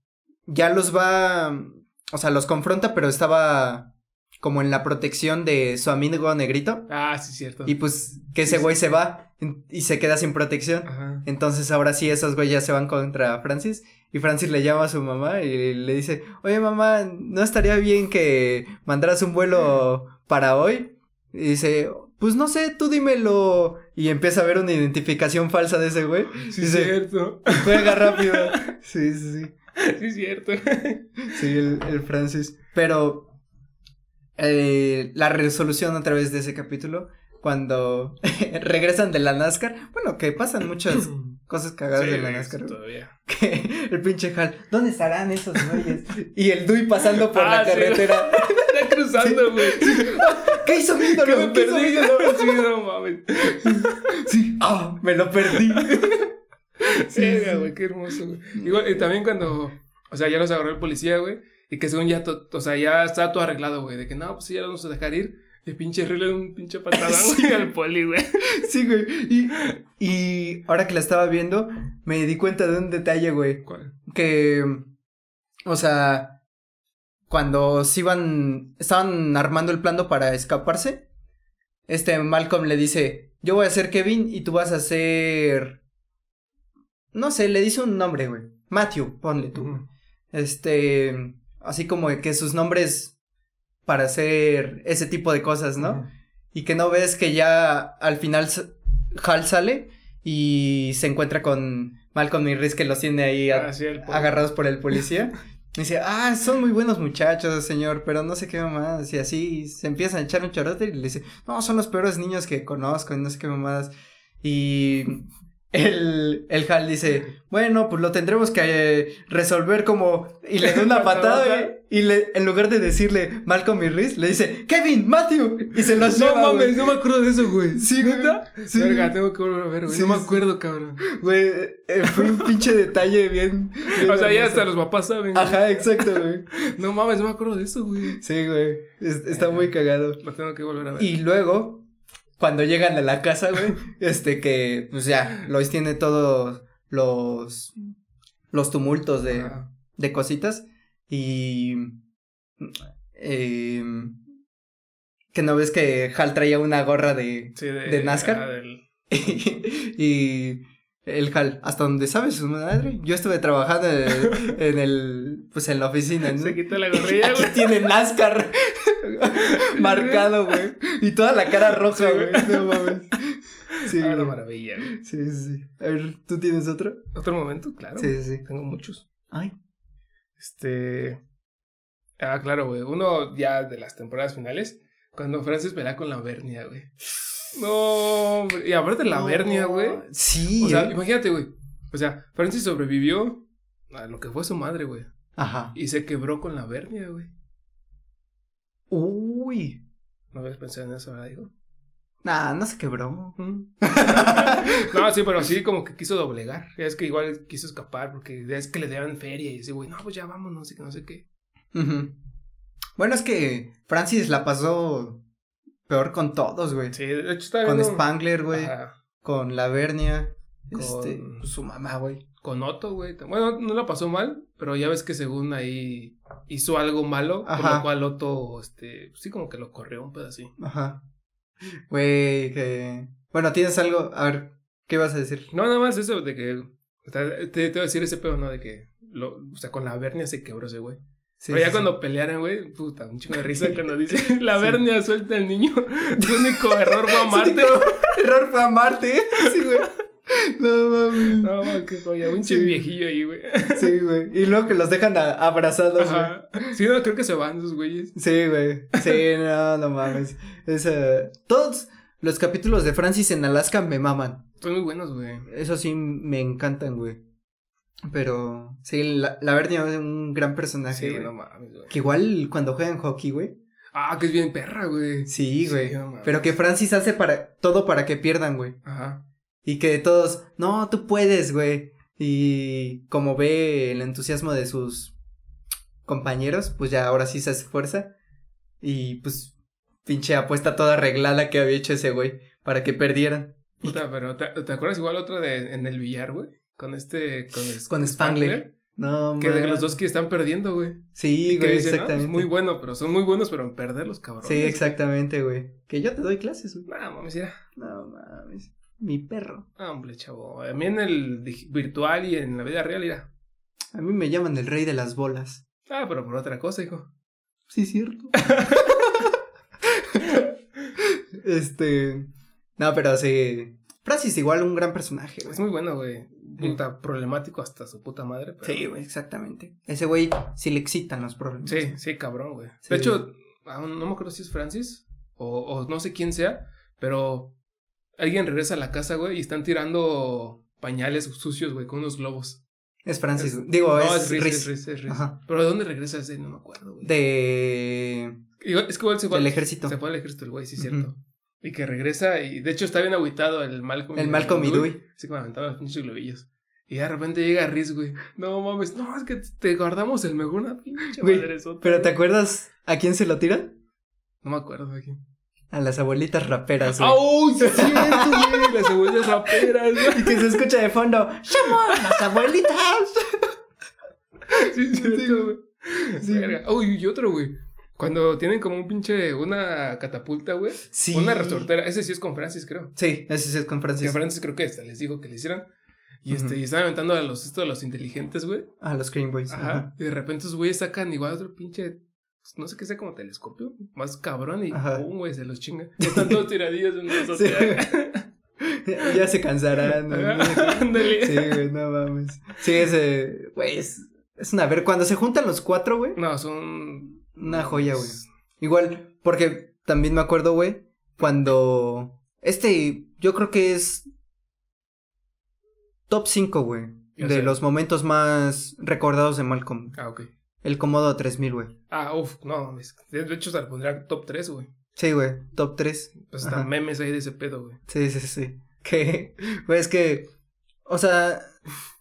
S1: ya los va. mm, O sea, los confronta, pero estaba como en la protección de su amigo negrito.
S2: Ah, sí, cierto.
S1: Y pues que ese
S2: Sí,
S1: güey se va en- y se queda sin protección.
S2: Ajá.
S1: Entonces ahora sí esos güeyes ya se van contra Francis y Francis le llama a su mamá y le dice, oye mamá, ¿no estaría bien que mandaras un vuelo para hoy? Y dice, pues no sé, tú dímelo. Y empieza a ver una identificación falsa de ese güey.
S2: Sí,
S1: Dice-
S2: cierto.
S1: Juega rápido. Sí, sí, sí.
S2: Sí, cierto.
S1: Sí, el, el Francis. Pero eh, la resolución a través de ese capítulo, cuando regresan de la NASCAR, bueno, que pasan muchas cosas cagadas de la
S2: Sí,
S1: NASCAR.
S2: todavía.
S1: que el pinche Hal, ¿dónde estarán esos güeyes? Y el Dui pasando por
S2: Ah,
S1: la
S2: sí.
S1: carretera.
S2: Está cruzando, güey.
S1: ¿Qué hizo mi
S2: Que me
S1: ídolo? ¿Qué hizo mi
S2: perdí.
S1: ídolo?
S2: Sí, no mames.
S1: Sí, ah, me lo perdí.
S2: Sí,
S1: Sí,
S2: mira,
S1: sí. Mm.
S2: güey, qué hermoso, güey. Igual, y también cuando, o sea, ya los agarró el policía, güey, y que según ya, to- o sea, ya está todo arreglado, güey, de que no, pues sí, ya lo vamos a dejar ir, y pinche Riley un pinche patadón,
S1: Sí.
S2: güey, al poli, güey.
S1: Sí, güey. Y, y ahora que la estaba viendo, me di cuenta de un detalle, güey.
S2: ¿Cuál?
S1: Que, o sea, cuando se iban, estaban armando el plano para escaparse, este Malcolm le dice, yo voy a ser Kevin y tú vas a ser... No sé, le dice un nombre, güey. Matthew, ponle tú. Este, así como que sus nombres para hacer ese tipo de cosas, ¿no? Y que no ves que ya al final s- Hal sale y se encuentra con Malcolm y Reese que los tiene ahí a-
S2: Así el Ah, poli.
S1: agarrados por el policía. Y dice, ah, son muy buenos muchachos, señor, pero no sé qué mamadas. Y así se empiezan a echar un chorote y le dice, no, son los peores niños que conozco y no sé qué mamadas. Y el, el Hal dice, bueno, pues lo tendremos que eh, resolver como... Y le da una patada y, y le, en lugar de decirle Malcolm y Reese, le dice, Kevin, Matthew. Y se los
S2: No
S1: lleva, güey.
S2: mames, no me acuerdo de eso, güey.
S1: Sí, güey. Sí.
S2: Verga, tengo que volver a ver, güey.
S1: Sí,
S2: no me
S1: sí.
S2: acuerdo, cabrón.
S1: Güey, eh, fue un pinche detalle bien... bien
S2: O sea,
S1: hermoso.
S2: ya
S1: Ah.
S2: hasta los papás saben. güey.
S1: Ajá, exacto, güey.
S2: No mames, no me acuerdo de eso, güey.
S1: Sí, güey. Es- está muy cagado.
S2: Lo tengo que volver a ver.
S1: Y luego, cuando llegan a la casa, güey, este que, pues ya, Lois tiene todos los, los tumultos de,
S2: Ajá.
S1: de cositas y... eh, que no ves que Hal traía una gorra de...
S2: Sí, de,
S1: ¿de NASCAR?
S2: ah, del-
S1: y el Hal, hasta donde sabes su madre, yo estuve trabajando en el, en el- pues en la oficina, ¿no?
S2: Se quitó la gorrilla,
S1: Aquí
S2: güey.
S1: tiene NASCAR marcado, güey. Y toda la cara roja,
S2: Sí,
S1: güey.
S2: güey.
S1: No mames. Sí,
S2: Ah, una
S1: güey.
S2: maravilla, güey.
S1: sí, sí, sí. A ver, ¿tú tienes otro?
S2: Otro momento, claro.
S1: Sí, sí, sí.
S2: Tengo muchos.
S1: Ay.
S2: Este. Ah, claro, güey. Uno ya de las temporadas finales. Cuando Francis pelea con la Vernia, güey. No, hombre. Y aparte la
S1: No.
S2: Vernia, güey.
S1: Sí.
S2: O sea,
S1: ¿eh?
S2: imagínate, güey. O sea, Francis sobrevivió a lo que fue su madre, güey.
S1: Ajá.
S2: Y se quebró con la Vernia, güey.
S1: Uy.
S2: No habías pensado en eso, ¿verdad, digo?
S1: Nah, no se quebró.
S2: No, sí, pero sí, como que quiso doblegar. Es que igual quiso escapar porque es que le dieron feria y dice, güey, no, pues ya vámonos y que no sé qué.
S1: Ujú. Bueno, es que Francis la pasó peor con todos, güey.
S2: Sí, de hecho está
S1: Con
S2: viendo-
S1: Spangler, güey.
S2: Ajá.
S1: Con Lavernia.
S2: Con-
S1: Este, pues, su mamá, güey.
S2: con Otto, güey. Bueno, no la pasó mal, pero ya ves que según ahí hizo algo malo, por
S1: Ajá.
S2: lo cual Otto, este, sí como que lo corrió un pedacito.
S1: Ajá. Güey, que. Bueno, tienes algo. A ver, ¿qué vas a decir?
S2: No, nada más eso de que, o sea, te, te voy a decir ese pedo, ¿no? De que, lo, o sea, con la vernia se quebró ese güey.
S1: Sí,
S2: pero ya
S1: sí, sí.
S2: cuando pelearon, güey, puta, un chingo de risa cuando dice, la vernia suelta al niño, tu único error fue amarte.
S1: Error fue amarte. Sí, güey. No mames.
S2: No, man, qué joya, un
S1: Sí.
S2: chingo viejillo ahí, güey.
S1: Sí, güey. Y luego que los dejan a- abrazados, güey.
S2: Ajá. Sí, no, creo que se van esos güeyes.
S1: Sí, güey. Sí, no, no mames. Esa- Todos los capítulos de Francis en Alaska me maman.
S2: Son muy buenos, güey.
S1: Eso sí, me encantan, güey. Pero sí, la, la Bernie es un gran personaje.
S2: Sí,
S1: güey.
S2: no mames, güey.
S1: Que igual cuando juegan hockey, güey.
S2: Ah, que es bien perra, güey.
S1: Sí, güey.
S2: no mames.
S1: Pero que Francis hace para todo para que pierdan, güey.
S2: Ajá.
S1: Y que todos, no, tú puedes, güey. Y como ve el entusiasmo de sus compañeros, pues ya ahora sí se esfuerza. Y pues pinche apuesta toda arreglada que había hecho ese güey para que perdieran.
S2: Puta, pero ¿te, te acuerdas igual otra de en el billar, güey? Con este. Con, es-
S1: Con Spangler. No,
S2: Que de
S1: man.
S2: los dos que están perdiendo, güey.
S1: Sí,
S2: Y que
S1: güey,
S2: dicen, "No, pues,
S1: exactamente.
S2: muy bueno, pero son muy buenos, pero en perder los cabrones.
S1: sí, exactamente, güey. Que yo te doy clases, güey.
S2: Nah, mames, mira.
S1: No mames. Mi perro.
S2: Ah, hombre, chavo. A mí en el dig- virtual y en la vida real, mira.
S1: A mí me llaman el rey de las bolas.
S2: Ah, pero por otra cosa, hijo.
S1: Sí, cierto. este. No, pero sí. Francis igual un gran personaje, güey.
S2: Es muy bueno, güey. Puta, problemático hasta su puta madre. Pero...
S1: Mm. Sí, güey, exactamente. Ese güey sí le excitan los problemas.
S2: Sí, sí, cabrón, güey.
S1: Sí.
S2: De hecho, aún no me acuerdo si es Francis o, o no sé quién sea, pero alguien regresa a la casa, güey, y están tirando pañales sucios, güey, con unos globos.
S1: Es Francis,
S2: Es-
S1: güey. Digo,
S2: no,
S1: Oh, es,
S2: es Riz,
S1: Riz.
S2: es Riz, es Riz.
S1: Ajá.
S2: Pero ¿de dónde regresa ese? No me acuerdo, güey.
S1: De.
S2: Igual- es que igual se fue,
S1: Del ejército.
S2: se fue al ejército el güey, sí,
S1: Ujú.
S2: cierto. Y que regresa y de hecho está bien agüitado el Malcolm.
S1: El Malcolm y Dewey.
S2: Así como aventaba los pinches globillos. Y de repente llega Riz, güey. No mames, no, es que te guardamos el mejor una pinche
S1: Güey,
S2: madresota,
S1: Pero
S2: güey.
S1: ¿te acuerdas a quién se lo tiran?
S2: No me acuerdo de quién.
S1: A las abuelitas raperas, güey.
S2: ¡Ah, uy, sí es cierto, güey! Las cebollas raperas, güey.
S1: Y que se escucha de fondo. ¡Somos las abuelitas!
S2: Sí es cierto, güey.
S1: Sí.
S2: Verga. Uy, y otro, güey. Cuando tienen como un pinche, una catapulta, güey.
S1: Sí.
S2: Una resortera. Ese sí es con Francis, creo.
S1: Sí, ese sí es con
S2: Que
S1: Francis.
S2: Francis creo que hasta les dijo que le hicieran. Y
S1: Ujú.
S2: este, y estaban aventando a los, esto, a los inteligentes, güey.
S1: A Ah, los Green Boys.
S2: Ajá.
S1: Ajá.
S2: Y de repente esos güeyes sacan igual otro pinche, pues, no sé qué sea, como telescopio. Más cabrón y
S1: Ajá.
S2: pum, güey, se los chinga. Ya Están todos tiradillos en una azotea.
S1: ya se cansarán. ¿no?
S2: Ándale.
S1: Sí, güey, no mames. Sí, ese, güey, es, es una ver. Cuando se juntan los cuatro, güey,
S2: No, son... Pues,
S1: una joya, güey. Igual, porque también me acuerdo, güey, cuando este, yo creo que es top 5, güey,
S2: Ya
S1: de
S2: sé.
S1: los momentos más recordados de Malcolm.
S2: Ah, ok.
S1: El Comodo 3000, güey.
S2: Ah, uff, no, mames. de hecho se le pondría top 3, güey.
S1: Sí, güey, top 3.
S2: Pues están
S1: Ajá.
S2: memes ahí de ese pedo, güey.
S1: Sí, sí, sí. Que, güey, es que, o sea,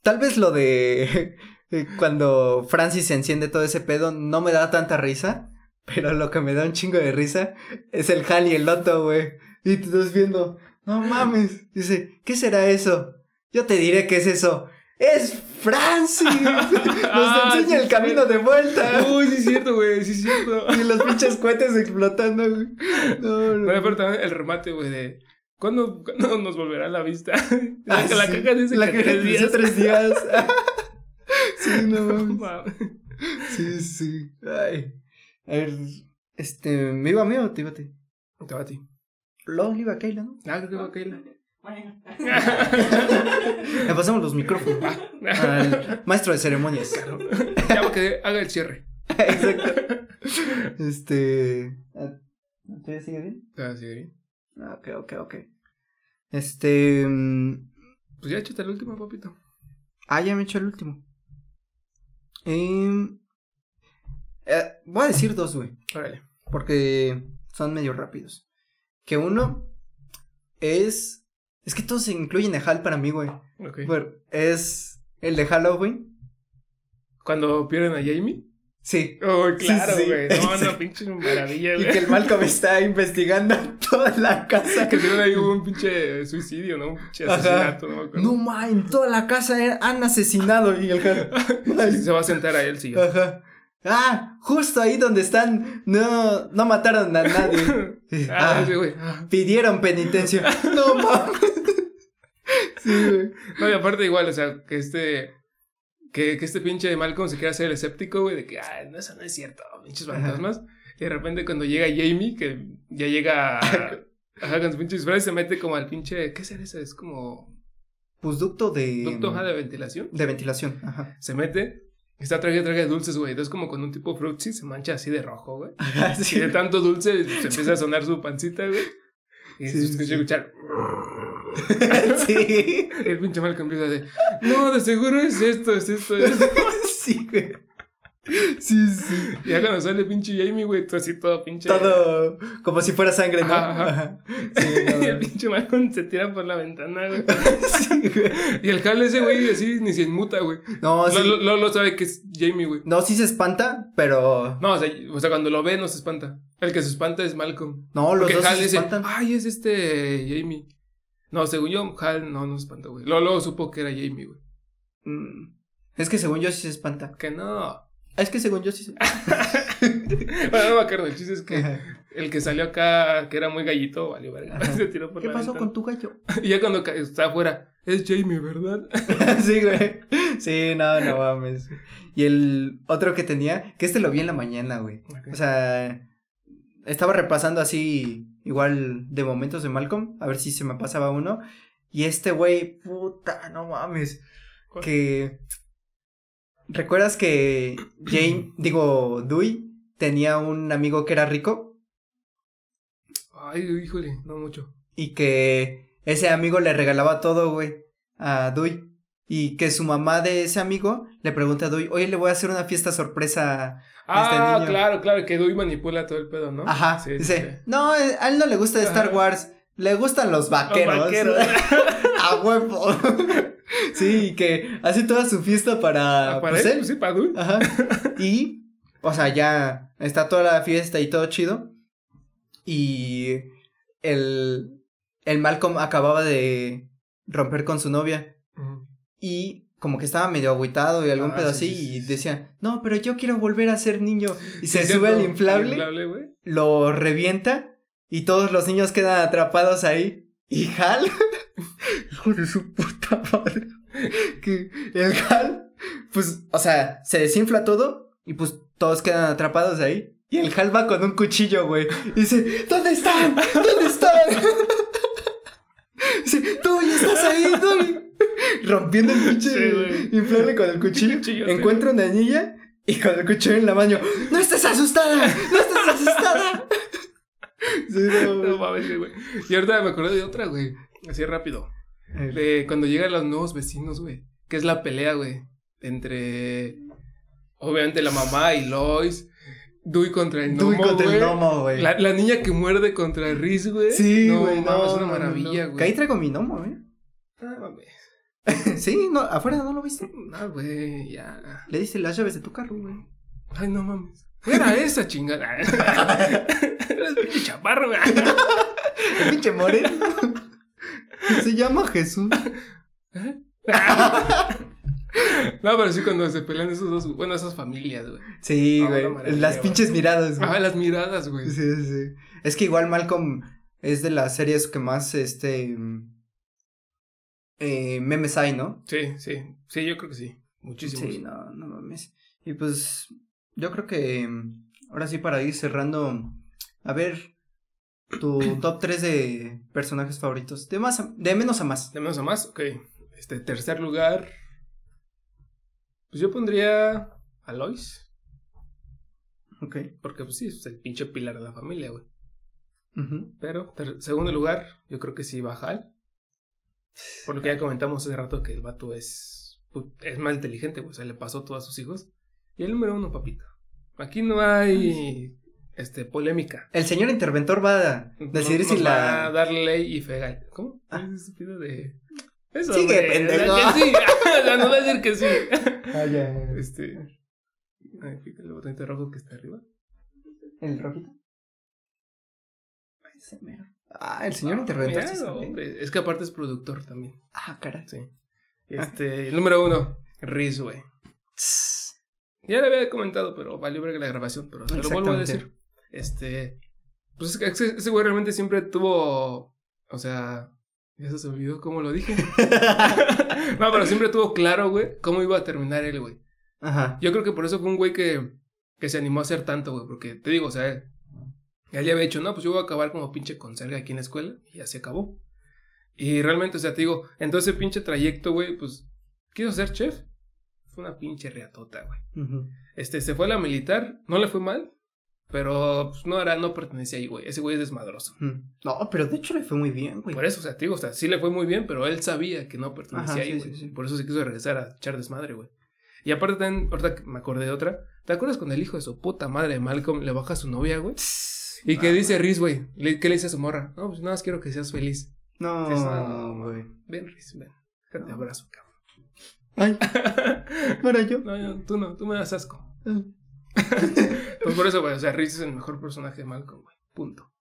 S1: tal vez lo de eh, cuando Francis se enciende todo ese pedo no me da tanta risa, pero lo que me da un chingo de risa es el Hal y el Loto, güey. Y tú estás viendo, no mames. Dice, ¿qué será eso? Yo te diré qué es eso. ¡Es Francis! Nos
S2: Ah,
S1: enseña
S2: sí,
S1: el camino de vuelta.
S2: Uy, sí es cierto, güey, sí es cierto.
S1: Y los pinches cohetes explotando, güey. No, no.
S2: Bueno, pero también el remate, güey, de... ¿Cuándo, cuándo nos volverá la vista?
S1: Ah,
S2: la, la
S1: sí.
S2: caca dice
S1: La
S2: que
S1: caca
S2: tres
S1: dice
S2: días.
S1: tres días. sí, no mames.
S2: Mames.
S1: Sí, sí. Ay. A ver, este, ¿me iba a mí o te iba a ti?
S2: Te va a ti.
S1: Lo iba a Kayla, ¿no?
S2: Ah, creo que va a caer.
S3: Bueno.
S1: Le pasamos los micrófonos al maestro de ceremonias.
S2: Ya, va a quedar- haga el cierre.
S1: Exacto. Este. ah, ¿Te sigue bien?
S2: Ah, sí, bien.
S1: Ah, Ok, ok, ok. Este. mm,
S2: Pues ya échate el último, papito.
S1: Ah, ya me he hecho el último. Em, eh, voy a decir dos, güey.
S2: Órale.
S1: porque son medio rápidos. Que uno es. Es que todos se incluyen a Hal para mí, güey.
S2: Ok.
S1: Pero es el de Halloween.
S2: Cuando pierden a Jamie.
S1: Sí.
S2: Oh, claro,
S1: sí,
S2: güey. No,
S1: exacto.
S2: no, pinche maravilla,
S1: Y
S2: güey.
S1: que el Malcolm está investigando toda la casa.
S2: Que tuvieron ahí un pinche suicidio, ¿no? Un pinche
S1: Ajá.
S2: asesinato, ¿no? me acuerdo.
S1: No ma, en toda la casa eh, han asesinado. Y el Hal.
S2: Sí, Se va a sentar a él, sí.
S1: Ajá. Ah, justo ahí donde están. No, no mataron a nadie.
S2: Ah,
S1: Ah,
S2: sí, güey. Ah.
S1: pidieron penitencia. No mames. Sí, güey.
S2: No, y aparte igual, o sea, que este... Que, que este pinche Malcolm se quiera hacer el escéptico, güey, de que, ah, no, eso no es cierto, pinches
S1: Ajá.
S2: fantasmas. Y de repente cuando llega Jamie, que ya llega... Ajá, con su pinche disfraz, se mete como al pinche... ¿Qué será eso? Es como...
S1: Pues ducto de.
S2: Ducto ajá, de ventilación.
S1: de ventilación. Ajá.
S2: Se mete, está traje, traje de dulces, güey. Entonces como con un tipo fruitsy se mancha así de rojo, güey. Y
S1: Ah, sí.
S2: de tanto dulce se empieza a sonar su pancita, güey. Y
S1: Sí,
S2: se escucha
S1: sí.
S2: escuchar...
S1: sí.
S2: El pinche mal cumplido de, no, de seguro es esto, es esto, es esto.
S1: sí, güey. Sí, sí.
S2: Y ya cuando sale pinche Jamie, güey, tú así todo pinche.
S1: Todo como si fuera sangre, ¿no?
S2: Ajá, ajá.
S1: Sí, no,
S2: Y el
S1: güey.
S2: pinche Malcolm se tira por la ventana, güey.
S1: Sí, güey.
S2: Y el jale ese, güey, así ni se inmuta, güey.
S1: No, sí.
S2: Lolo, Lolo sabe que es Jamie, güey.
S1: No, sí se espanta, pero.
S2: No, o sea, o sea, cuando lo ve no se espanta. El que se espanta es Malcolm.
S1: No, los
S2: Porque
S1: dos sí
S2: Hal
S1: se
S2: dice, "Ah".
S1: espantan.
S2: ay, es este Jamie. No, según yo, Hal no nos espanta, güey. Luego, luego supo que era Jamie, güey.
S1: Mm, Es que según yo sí se espanta.
S2: Que no.
S1: Ah, Es que según yo sí se.
S2: bueno, no me acuerdo. El chiste es que
S1: Ajá.
S2: el que salió acá, que era muy gallito, valió verga.
S1: Ajá.
S2: Se tiró por
S1: ¿Qué
S2: la
S1: pasó
S2: ventana.
S1: con tu gallo?
S2: Y ya cuando ca- está afuera, es Jamie, ¿verdad?
S1: sí, güey. Sí, no, no mames. Y el otro que tenía, que este lo vi en la mañana, güey. O sea, estaba repasando así, igual de momentos de Malcolm, a ver si se me pasaba uno. Y este güey, puta, no mames.
S2: ¿Cuál?
S1: Que. ¿Recuerdas que Jane, digo, Dewey, tenía un amigo que era rico
S2: Ay, híjole, no mucho.
S1: y que ese amigo le regalaba todo, güey, a Dewey? Y que su mamá de ese amigo le pregunta a Dewey, oye, le voy a hacer una fiesta sorpresa
S2: Ah,
S1: Este niño.
S2: claro, claro, que Dewey manipula todo el pedo, ¿no?
S1: Ajá.
S2: Sí, sí,
S1: dice,
S2: sí.
S1: no, eh, a él no le gusta
S2: Ajá.
S1: Star Wars, le gustan los "Ah, vaqueros.
S2: Los vaqueros.
S1: a huevo. sí, y que hace toda su fiesta para,
S2: Ah, para
S1: pues,
S2: él,
S1: él.
S2: pues sí, para Dewey.
S1: Ajá. Y, o sea, ya está toda la fiesta y todo chido. Y el, el Malcolm acababa de romper con su novia.
S2: Ujú.
S1: Y como que estaba medio agüitado y algún
S2: Ah,
S1: pedo
S2: sí,
S1: así.
S2: sí, sí,
S1: y
S2: sí.
S1: decía, no, pero yo quiero volver a ser niño. Y se
S2: Sí,
S1: sube al
S2: cierto,
S1: inflable
S2: inflable, güey.
S1: lo revienta y todos los niños quedan atrapados ahí. Y Hal, hijo de su puta madre, que el Hal, pues, o sea, se desinfla todo y pues todos quedan atrapados ahí. Y el Hal va con un cuchillo, güey. Y dice, ¿dónde están? ¿Dónde están? Dice, tú ya estás ahí, tú. Rompiendo el
S2: Sí,
S1: cuchillo,
S2: güey.
S1: inflable con el cuchillo.
S2: Cuchillo, sí.
S1: encuentra una niña y con el cuchillo en la mano, ¡no estés asustada! ¡No estés asustada! Sí,
S2: No
S1: no, güey.
S2: mames, güey. Y ahorita me acordé de otra, güey. Así rápido.
S1: Eh,
S2: De cuando llegan los nuevos vecinos, güey. Que es la pelea, güey. Entre. Obviamente la mamá y Lois. Dewey contra el
S1: Dewey
S2: gnomo,
S1: contra el
S2: güey.
S1: gnomo, güey.
S2: La, la niña que muerde contra Riz, güey.
S1: Sí, güey,
S2: mames,
S1: no,
S2: es una
S1: no, no,
S2: maravilla,
S1: no.
S2: güey.
S1: Que ahí traigo mi gnomo, ¿eh?
S2: Ah, mames.
S1: sí, no, afuera no lo viste.
S2: No, güey, ya.
S1: Le diste las llaves de tu carro, güey.
S2: Pues, Ay, no mames. Era esa chingada. Era el pinche chaparro, güey.
S1: El pinche moreno. Se llama Jesús.
S2: No, pero sí cuando se pelean esos dos, bueno, esas familias, güey.
S1: Sí,
S2: Ah,
S1: güey.
S2: una maravilla,
S1: las
S2: güey.
S1: pinches miradas, güey.
S2: Ah, las miradas, güey.
S1: Sí, sí, sí. Es que igual Malcolm es de las series que más, este... mm, eh, memes hay, ¿no?
S2: Sí, sí. Sí, yo creo que sí. Muchísimos.
S1: Sí, no, no mames. Y pues yo creo que mm, ahora sí para ir cerrando, a ver tu top 3 de personajes favoritos, de más a- de menos a más.
S2: De menos a más, ok. Este, tercer lugar. Pues yo pondría a Lois.
S1: Ok.
S2: Porque, pues sí, es el pinche pilar de la familia, güey.
S1: Ujú.
S2: Pero, ter- segundo lugar, yo creo que sí va Hal. Por lo que ya comentamos hace rato que el vato es, pu- es más inteligente, güey. O sea, le pasó todo a sus hijos. Y el número uno, papito. Aquí no hay este, polémica.
S1: El señor interventor va a decidir
S2: Nos-
S1: si
S2: nos va a
S1: la
S2: dar ley y fegal. ¿Cómo?
S1: Ah.
S2: Es estúpido de. Eso,
S1: Sigue,
S2: hombre,
S1: pendejo.
S2: ¿verdad que sí? O sea, no va a decir que sí.
S1: Ah, ya, ya, ya.
S2: Este. Ay, fíjate el botoncito rojo que está arriba.
S1: el rojito. Ese mero. Ah, el señor
S2: Ah,
S1: interventor.
S2: mira,
S1: sí sabe.
S2: hombre, Es que aparte es productor también.
S1: Ah, caray.
S2: Sí. Este, el número uno, Riz, güey.
S1: Tss.
S2: Ya le había comentado, pero valió verga la grabación, pero te lo vuelvo a
S1: Exactamente.
S2: decir. Este. Pues es que ese, ese güey realmente siempre tuvo. O sea. Ya se me olvidó cómo lo dije. no, pero siempre tuvo claro, güey, cómo iba a terminar él, güey.
S1: Ajá.
S2: Yo creo que por eso fue un güey que, que se animó a hacer tanto, güey. Porque te digo, o sea, él, él ya había dicho, no, pues yo voy a acabar como pinche conserje aquí en la escuela. Y ya se acabó. Y realmente, o sea, te digo, en todo ese pinche trayecto, güey, pues, quiso ser chef. Fue una pinche reatota, güey.
S1: Ujú.
S2: Este, se fue a la militar, no le fue mal. Pero pues, no era, no pertenecía ahí, güey. Ese güey es desmadroso.
S1: Mm. No, pero de hecho le fue muy bien, güey.
S2: Por eso, o sea, te digo, o sea, sí le fue muy bien, pero él sabía que no pertenecía
S1: Ajá, sí,
S2: ahí, güey.
S1: sí, sí.
S2: Por eso se quiso regresar a echar desmadre, güey. Y aparte también, ahorita que me acordé de otra. ¿Te acuerdas cuando el hijo de su puta madre de Malcolm le baja a su novia, güey? Y que
S1: Ah,
S2: dice Riz, güey. Le- ¿Qué le dice a su morra? No, pues nada más quiero que seas feliz. Dices,
S1: No,
S2: "No,
S1: güey.
S2: Ven, Riz, ven. Te
S1: No.
S2: abrazo, cabrón.
S1: Ay, para yo.
S2: No, yo- tú no, tú me das asco. Pues por eso, güey, o sea, Riz es el mejor personaje de Malcolm, güey. Punto.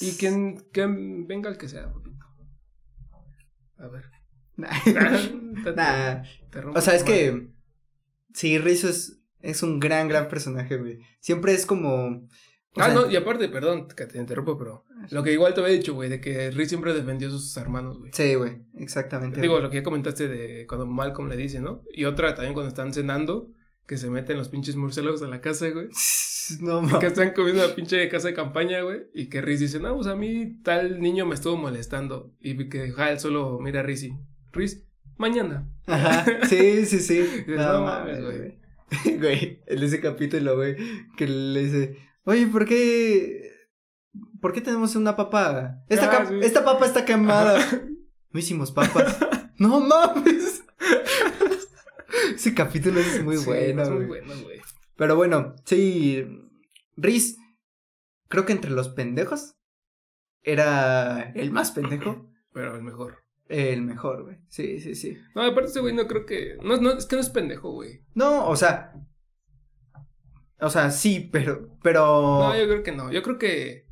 S2: Y quien, quien venga el que sea, papito. A ver. Te-
S1: Nah.
S2: te rompo
S1: O sea, es
S2: tu madre.
S1: que. Sí, Rizzo es, es un gran, gran personaje, güey. Siempre es como. o
S2: Ah,
S1: sea,
S2: no, y aparte, perdón que te interrumpo, pero lo que igual te había dicho, güey, de que Riz siempre defendió a sus hermanos, güey.
S1: Sí, güey, exactamente.
S2: Digo, lo que ya comentaste de cuando Malcolm le dice, ¿no? Y otra también cuando están cenando, que se meten los pinches murciélagos a la casa, güey.
S1: No mames.
S2: Que están comiendo la pinche casa de campaña, güey. Y que Riz dice, no, pues a mí tal niño me estuvo molestando. Y que Hal solo mira a Riz y, Riz, mañana.
S1: Ajá, sí, sí, sí.
S2: Dices, "No mames, güey".
S1: Güey, en ese capítulo, güey, que le dice, oye, ¿por qué, por qué tenemos una papa? Esta,
S2: Ah,
S1: cap-
S2: sí.
S1: esta papa está quemada. No hicimos papas. no mames. ese capítulo es muy
S2: Sí,
S1: bueno,
S2: es muy
S1: güey.
S2: bueno, güey.
S1: Pero bueno, sí, Riz, creo que entre los pendejos, era el más pendejo,
S2: Pero el mejor.
S1: el mejor, güey. Sí, sí, sí.
S2: No, aparte ese güey no creo que... No, no, es que no es pendejo, güey.
S1: No, o sea. O sea, sí, pero. Pero.
S2: No, yo creo que no. Yo creo que...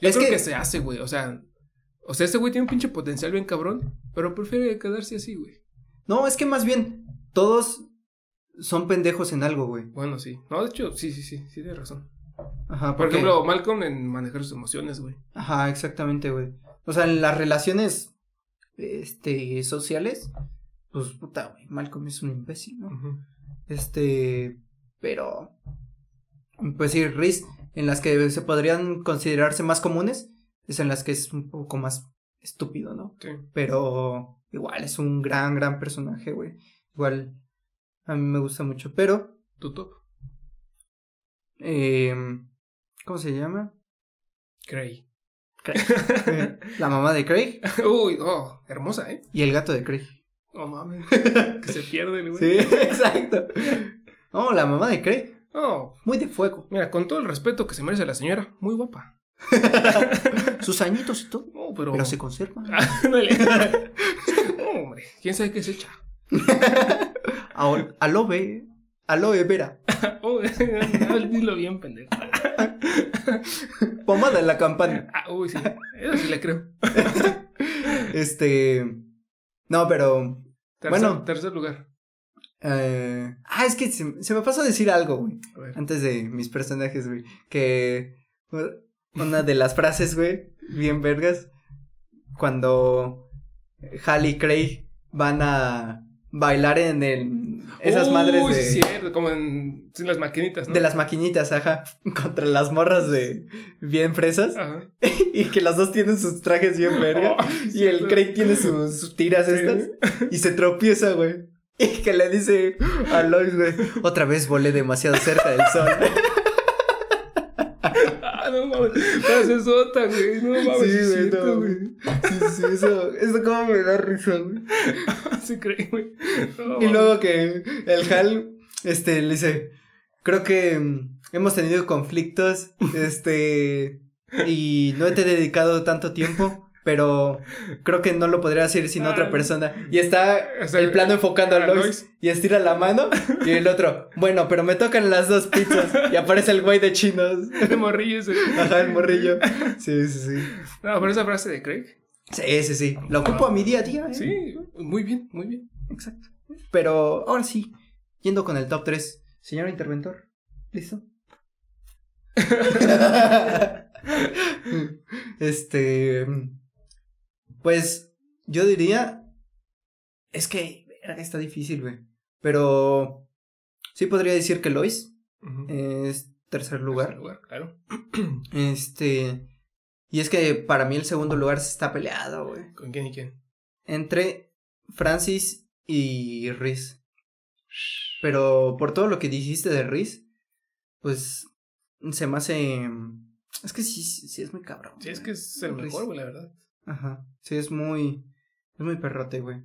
S2: Yo
S1: Es
S2: creo
S1: que-
S2: que... se hace, güey. O sea... O sea, ese güey tiene un pinche potencial bien cabrón, pero prefiere quedarse así, güey.
S1: No, es que más bien. Todos son pendejos en algo, güey.
S2: Bueno, sí. No, de hecho, sí, sí, sí, sí, tienes razón.
S1: Ajá,
S2: Por
S1: porque-
S2: ejemplo, Malcolm en manejar sus emociones, güey.
S1: Ajá, exactamente, güey. O sea, en las relaciones. Este. sociales. Pues puta, güey. Malcolm es un imbécil, ¿no? Este. Pero. Pues sí, Riz. En las que se podrían considerarse más comunes. Es en las que es un poco más estúpido, ¿no?
S2: Sí.
S1: Pero igual es un gran, gran personaje, güey. Igual a mí me gusta mucho. Pero,
S2: Tu top.
S1: eh, ¿cómo se llama?
S2: Cray.
S1: Eh, La mamá de Craig
S2: Uy, oh, hermosa, ¿eh?
S1: y el gato de Craig.
S2: Oh, mames. que se pierde, el güey.
S1: Sí, exacto. Oh, la mamá de Craig.
S2: Oh,
S1: Muy de fuego.
S2: mira, con todo el respeto que se merece la señora, muy guapa.
S1: Sus añitos y todo.
S2: No, pero.
S1: Pero se conserva.
S2: Ándale. No, hombre, quién sabe qué se echa.
S1: Ahora, aloe. Aloe vera.
S2: Oh, dilo bien, pendejo.
S1: Pomada en la campana.
S2: Ah, uy, sí. Eso sí le creo.
S1: Este. No, pero.
S2: Tercer,
S1: Bueno.
S2: Tercer lugar.
S1: eh, Ah, es que se, se me pasó a decir algo, güey.
S2: A ver.
S1: antes de mis personajes, güey, que u- una de las frases, güey, bien vergas, cuando Hal y Craig van a bailar en el, esas
S2: Uy,
S1: madres de,
S2: Sí, cierto, como en sí, las maquinitas, ¿no?
S1: de las maquinitas, ajá, contra las morras de bien fresas,
S2: Ajá.
S1: y que las dos tienen sus trajes bien vergas,
S2: Oh, sí,
S1: y el
S2: cierto.
S1: Craig tiene sus, sus tiras
S2: Sí.
S1: estas, y se tropieza, güey. Y que le dice a Lois, güey, otra vez volé demasiado cerca del sol.
S2: Ah, no mames. Estás en sota, güey. No mames.
S1: Sí,
S2: Sí, es
S1: güey,
S2: cierto,
S1: no,
S2: güey.
S1: Sí, sí, eso, eso como me da risa, güey.
S2: Se cree, Ah, güey. No,
S1: Y
S2: mames.
S1: luego que el Hal, este, le dice, creo que mm, hemos tenido conflictos, este, y no te he dedicado tanto tiempo, pero creo que no lo podría hacer sin otra persona. Y está
S2: Ah. O sea,
S1: el plano enfocando a
S2: a
S1: Lois
S2: Lois.
S1: y estira la mano y el otro, bueno, pero me tocan las dos pizzas y aparece el güey de chinos.
S2: El morrillo ese.
S1: Ajá, el morrillo. Sí, sí, sí.
S2: No, pero esa frase de Craig.
S1: Sí, sí, sí. Lo ocupo a mi día a día, ¿eh?
S2: Sí, muy bien, muy bien.
S1: Exacto. Pero ahora sí, yendo con el top 3. Señor interventor, ¿listo? este. Pues yo diría. Es que verga, está difícil, güey. Pero. Sí podría decir que Lois Eh. es tercer lugar.
S2: claro.
S1: Este. Y es que para mí el segundo lugar se está peleado, güey.
S2: ¿Con quién y quién?
S1: Entre Francis y Riz. Pero por todo lo que dijiste de Riz, pues se me hace. Es que sí, sí es muy cabrón.
S2: Sí, es que es el
S1: Res-
S2: mejor, güey, la verdad.
S1: Ajá. Sí, es muy. Es muy perrote, güey.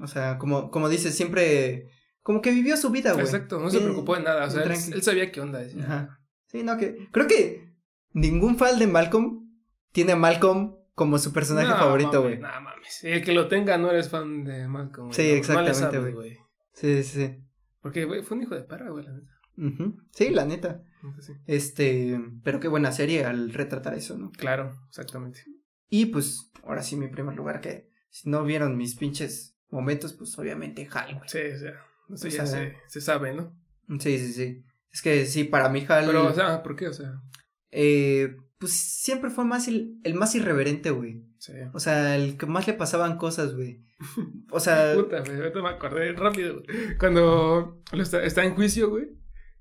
S1: O sea, como, como dices, siempre. Como que vivió su vida, güey.
S2: Exacto, no se
S1: Bien-
S2: preocupó de nada. O sea, él,
S1: tranqui.
S2: él sabía qué onda. decía,
S1: Ajá. Sí, no, que. Creo que ningún fan de Malcolm tiene a Malcolm como su personaje
S2: "No,
S1: favorito,
S2: mames,
S1: güey.
S2: No mames. El que lo tenga no eres fan de Malcolm. güey,
S1: Sí,
S2: no, no le
S1: exactamente,
S2: sabes,
S1: güey. Sí, sí, sí.
S2: Porque, güey, fue un hijo de perra, güey, la neta.
S1: Ujú. Sí, la neta.
S2: Entonces, sí.
S1: Este. Pero qué buena serie al retratar eso, ¿no?
S2: Claro, exactamente.
S1: Y pues, ahora sí, mi primer lugar, que si no vieron mis pinches momentos, pues obviamente Hal, güey.
S2: Sí, o sea, eso
S1: O sea,
S2: ya se, se sabe, ¿no?
S1: Sí, sí, sí. Es que sí, para mí Hal.
S2: Pero, o sea, ¿por qué? O sea,
S1: eh, pues siempre fue más el, el más irreverente, güey.
S2: sí.
S1: O sea, el que más le pasaban cosas, güey. O sea,
S2: Puta, güey, ahorita me acordé rápido, güey. Cuando lo está, está en juicio, güey.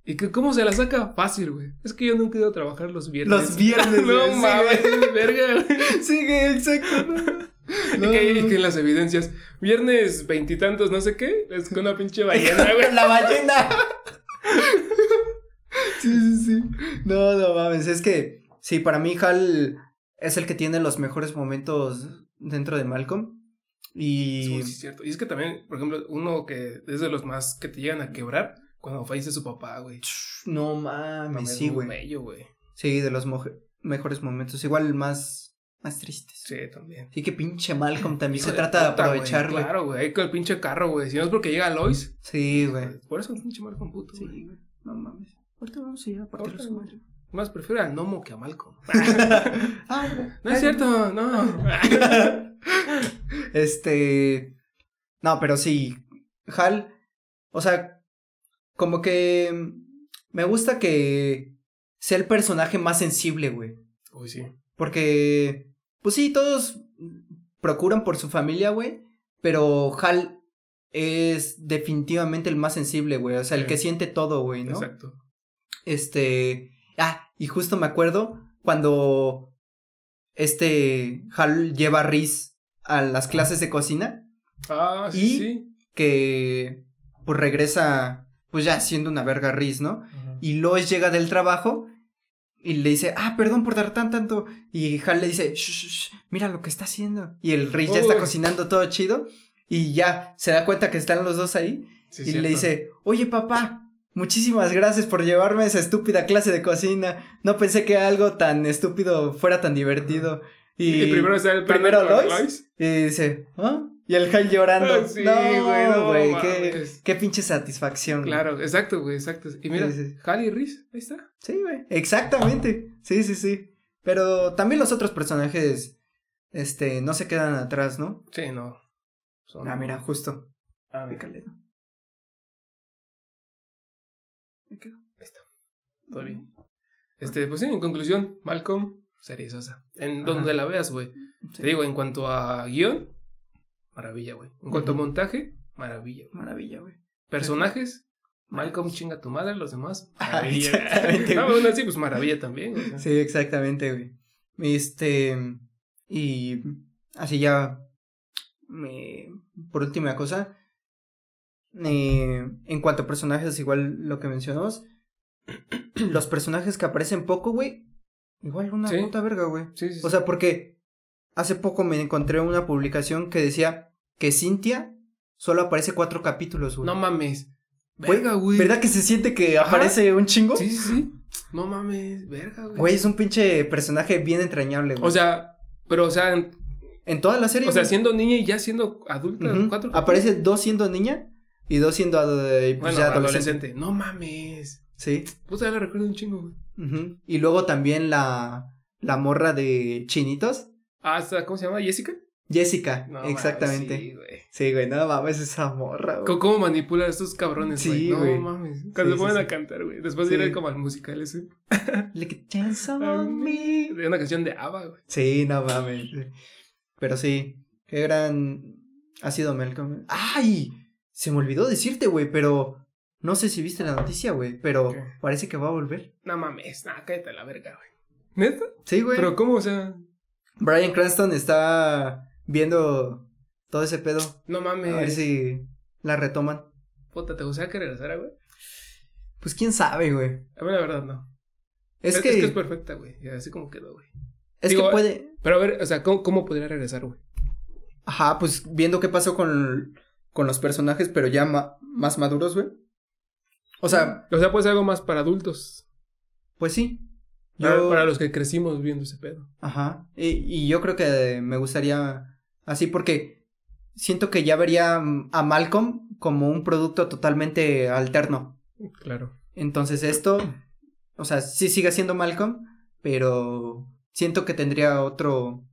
S2: ¿Y que, cómo se la saca? Fácil, güey. Es que yo nunca he ido a trabajar los viernes.
S1: los viernes,
S2: no
S1: güey, sí,
S2: mames, verga, güey.
S1: güey. Sí, güey, exacto.
S2: Y que, y que en las evidencias, viernes veintitantos, no sé qué, es con una pinche ballena, güey.
S1: La ballena. sí, sí, sí. No, no mames. Es que, sí, para mí Hal es el que tiene los mejores momentos dentro de Malcolm.
S2: Sí,
S1: Y.
S2: es cierto. Y es que también, por ejemplo, uno que es de los más que te llegan a quebrar cuando fallece su papá, güey.
S1: No mames,
S2: Mames,
S1: sí,
S2: un
S1: güey.
S2: Bello, güey.
S1: Sí, de los moje- mejores momentos. Igual más, más tristes.
S2: Sí, también.
S1: Sí, que pinche Malcolm también
S2: Hijo
S1: se
S2: de
S1: trata de
S2: puta, güey,
S1: aprovechar, güey.
S2: Claro, güey. ahí Con el pinche carro, güey. Si no es porque llega Lois. pues,
S1: Sí, güey.
S2: Por eso es pinche mal con puto,
S1: Sí,
S2: güey.
S1: güey. No mames. Ahorita vamos a ir a partir
S2: Ahorita,
S1: su madre.
S2: güey. Más prefiero a Nomo que a Malcolm.
S1: Ah, güey.
S2: No es cierto, no.
S1: este. No, pero sí. Hal. O sea, como que. mm, Me gusta que sea el personaje más sensible, güey.
S2: Uy, sí.
S1: Porque. Pues sí, todos procuran por su familia, güey. Pero Hal es definitivamente el más sensible, güey. O sea, el
S2: Sí.
S1: que siente todo, güey, ¿no?
S2: Exacto.
S1: Este. Ah, y justo me acuerdo cuando este Hal lleva a Riz a las clases de cocina.
S2: Ah, sí,
S1: Y-
S2: sí.
S1: Que pues regresa. Pues ya siendo una verga Riz, ¿no? Y Lois llega del trabajo. Y le dice, ah, perdón por dar tan tanto. Y Hal le dice, "Shh, shh, shh, mira lo que está haciendo. Y el Riz ya está
S2: Uy.
S1: cocinando todo chido. Y ya se da cuenta que están los dos ahí.
S2: Sí,
S1: y
S2: cierto.
S1: le dice, oye papá, muchísimas gracias por llevarme a esa estúpida clase de cocina. No pensé que algo tan estúpido fuera tan divertido. Y,
S2: Y, primero está el
S1: primero
S2: perro con
S1: Lois. y dice, ¿ah? Y el Hal llorando.
S2: Ah, sí, güey,
S1: no,
S2: no
S1: güey, qué,
S2: mames.
S1: qué pinche satisfacción. güey".
S2: Claro, exacto, güey, exacto. Y mira,
S1: Sí, sí.
S2: Hal y Reese, ahí está.
S1: Sí, güey, exactamente. Sí, sí, sí. Pero también los otros personajes, este, no se quedan atrás, ¿no?
S2: Sí, no. Son-
S1: Ah, mira, justo.
S2: Ah, mira.
S1: Pícale. Me quedo.
S2: Todo bien. Este, pues sí, en conclusión, Malcolm, serie sosa. En donde la veas, güey.
S1: Sí.
S2: Te digo, en cuanto a guión, maravilla, güey. En cuanto a
S1: Ujú.
S2: montaje, maravilla. güey.
S1: Maravilla, güey.
S2: Personajes, Malcolm chinga tu madre, los demás,
S1: Ah,
S2: maravilla.
S1: exactamente,
S2: no,
S1: güey.
S2: bueno, sí, pues maravilla también. o sea.
S1: Sí, exactamente, güey. Este. Y. Así ya. me- por última cosa. eh, en cuanto a personajes, igual lo que mencionamos. los personajes que aparecen poco, güey. Igual una
S2: Sí.
S1: puta verga, güey.
S2: Sí, sí, sí.
S1: O sea, porque hace poco me encontré una publicación que decía que Cintia solo aparece cuatro capítulos, güey.
S2: no mames.
S1: Güey,
S2: Verga, güey.
S1: ¿Verdad que se siente que
S2: Ajá.
S1: aparece un chingo?
S2: Sí, sí, sí. No mames, verga, güey.
S1: Güey, es un pinche personaje bien entrañable, güey.
S2: O sea, pero, o sea, en-
S1: En toda la serie.
S2: o sea,
S1: güey.
S2: siendo niña y ya siendo adulta,
S1: Ujú.
S2: cuatro.
S1: Aparece dos siendo niña y dos siendo eh, pues,
S2: bueno,
S1: ya adolescente.
S2: adolescente. No mames.
S1: Sí.
S2: Puta, ya la recuerdo un chingo, güey.
S1: Ujú. Y luego también la, la morra de Chinitos.
S2: Hasta, Ah, ¿cómo se llama? ¿Jessica?
S1: Jessica,
S2: No mames,
S1: exactamente.
S2: sí, güey.
S1: sí, güey, no mames, esa morra, güey.
S2: Co- ¿Cómo manipula a estos cabrones,
S1: Sí,
S2: güey? no
S1: güey.
S2: mames. Cuando
S1: Sí,
S2: se ponen
S1: sí,
S2: a cantar, güey. Después
S1: Sí.
S2: de ir como al musical ese.
S1: Like a chance on me.
S2: De una canción de ABBA, güey.
S1: Sí, no mames. Pero sí, qué gran ha sido Malcolm. ¡Ay! Se me olvidó decirte, güey, pero no sé si viste la noticia, güey, pero
S2: ¿Qué?
S1: parece que va a volver.
S2: No mames, nada, cállate a la verga, güey. ¿Neta?
S1: Sí, güey.
S2: Pero ¿cómo? O sea,
S1: Brian Cranston está viendo todo ese pedo.
S2: no
S1: A
S2: mames.
S1: ver si la retoman.
S2: Puta, ¿te gustaría que regresara, güey?
S1: Pues quién sabe, güey.
S2: A mí la verdad no. Es, que... es que es perfecta, güey. Así como quedó, güey.
S1: Es
S2: Digo, eh,
S1: que puede.
S2: Pero a ver, o sea, ¿cómo, cómo podría regresar, güey?
S1: Ajá, pues viendo qué pasó con, con los personajes, pero ya ma- más maduros, güey. O sea,
S2: O sea, puede ser algo más para adultos.
S1: pues sí.
S2: Para,
S1: Yo-
S2: para los que crecimos viendo ese pedo.
S1: Ajá. Y, y yo creo que me gustaría así porque siento que ya vería mm, a Malcolm como un producto totalmente alterno.
S2: Claro.
S1: Entonces esto, o sea, sí sigue siendo Malcolm, pero siento que tendría otro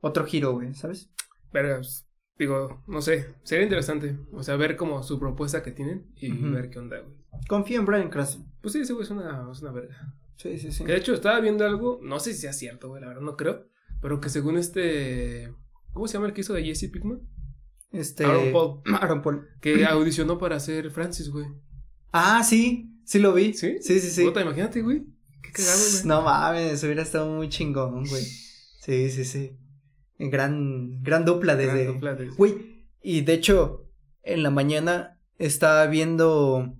S1: otro giro, güey, ¿sabes?
S2: Verga, pues, digo, no sé. Sería interesante. O sea, ver como su propuesta que tienen y
S1: Ujú.
S2: ver qué onda, güey.
S1: Confío en Brian Cranston.
S2: Pues sí, ese güey es una, es una verga.
S1: Sí, sí, sí.
S2: Que de hecho estaba viendo algo, no sé si sea cierto, güey, la verdad no creo. Pero que según este. ¿Cómo se llama el que hizo de Jesse Pickman?
S1: Este
S2: Aaron Paul.
S1: Aaron Paul.
S2: Que audicionó para ser Francis, güey.
S1: Ah, sí, sí lo vi.
S2: ¿Sí?
S1: Sí, sí, sí.
S2: Puta, imagínate, güey. Qué cagado, güey.
S1: No mames, hubiera estado muy chingón, güey. Sí, sí, sí. Gran, gran dupla de.
S2: Gran
S1: de-
S2: dupla de-
S1: Güey, y de hecho, en la mañana estaba viendo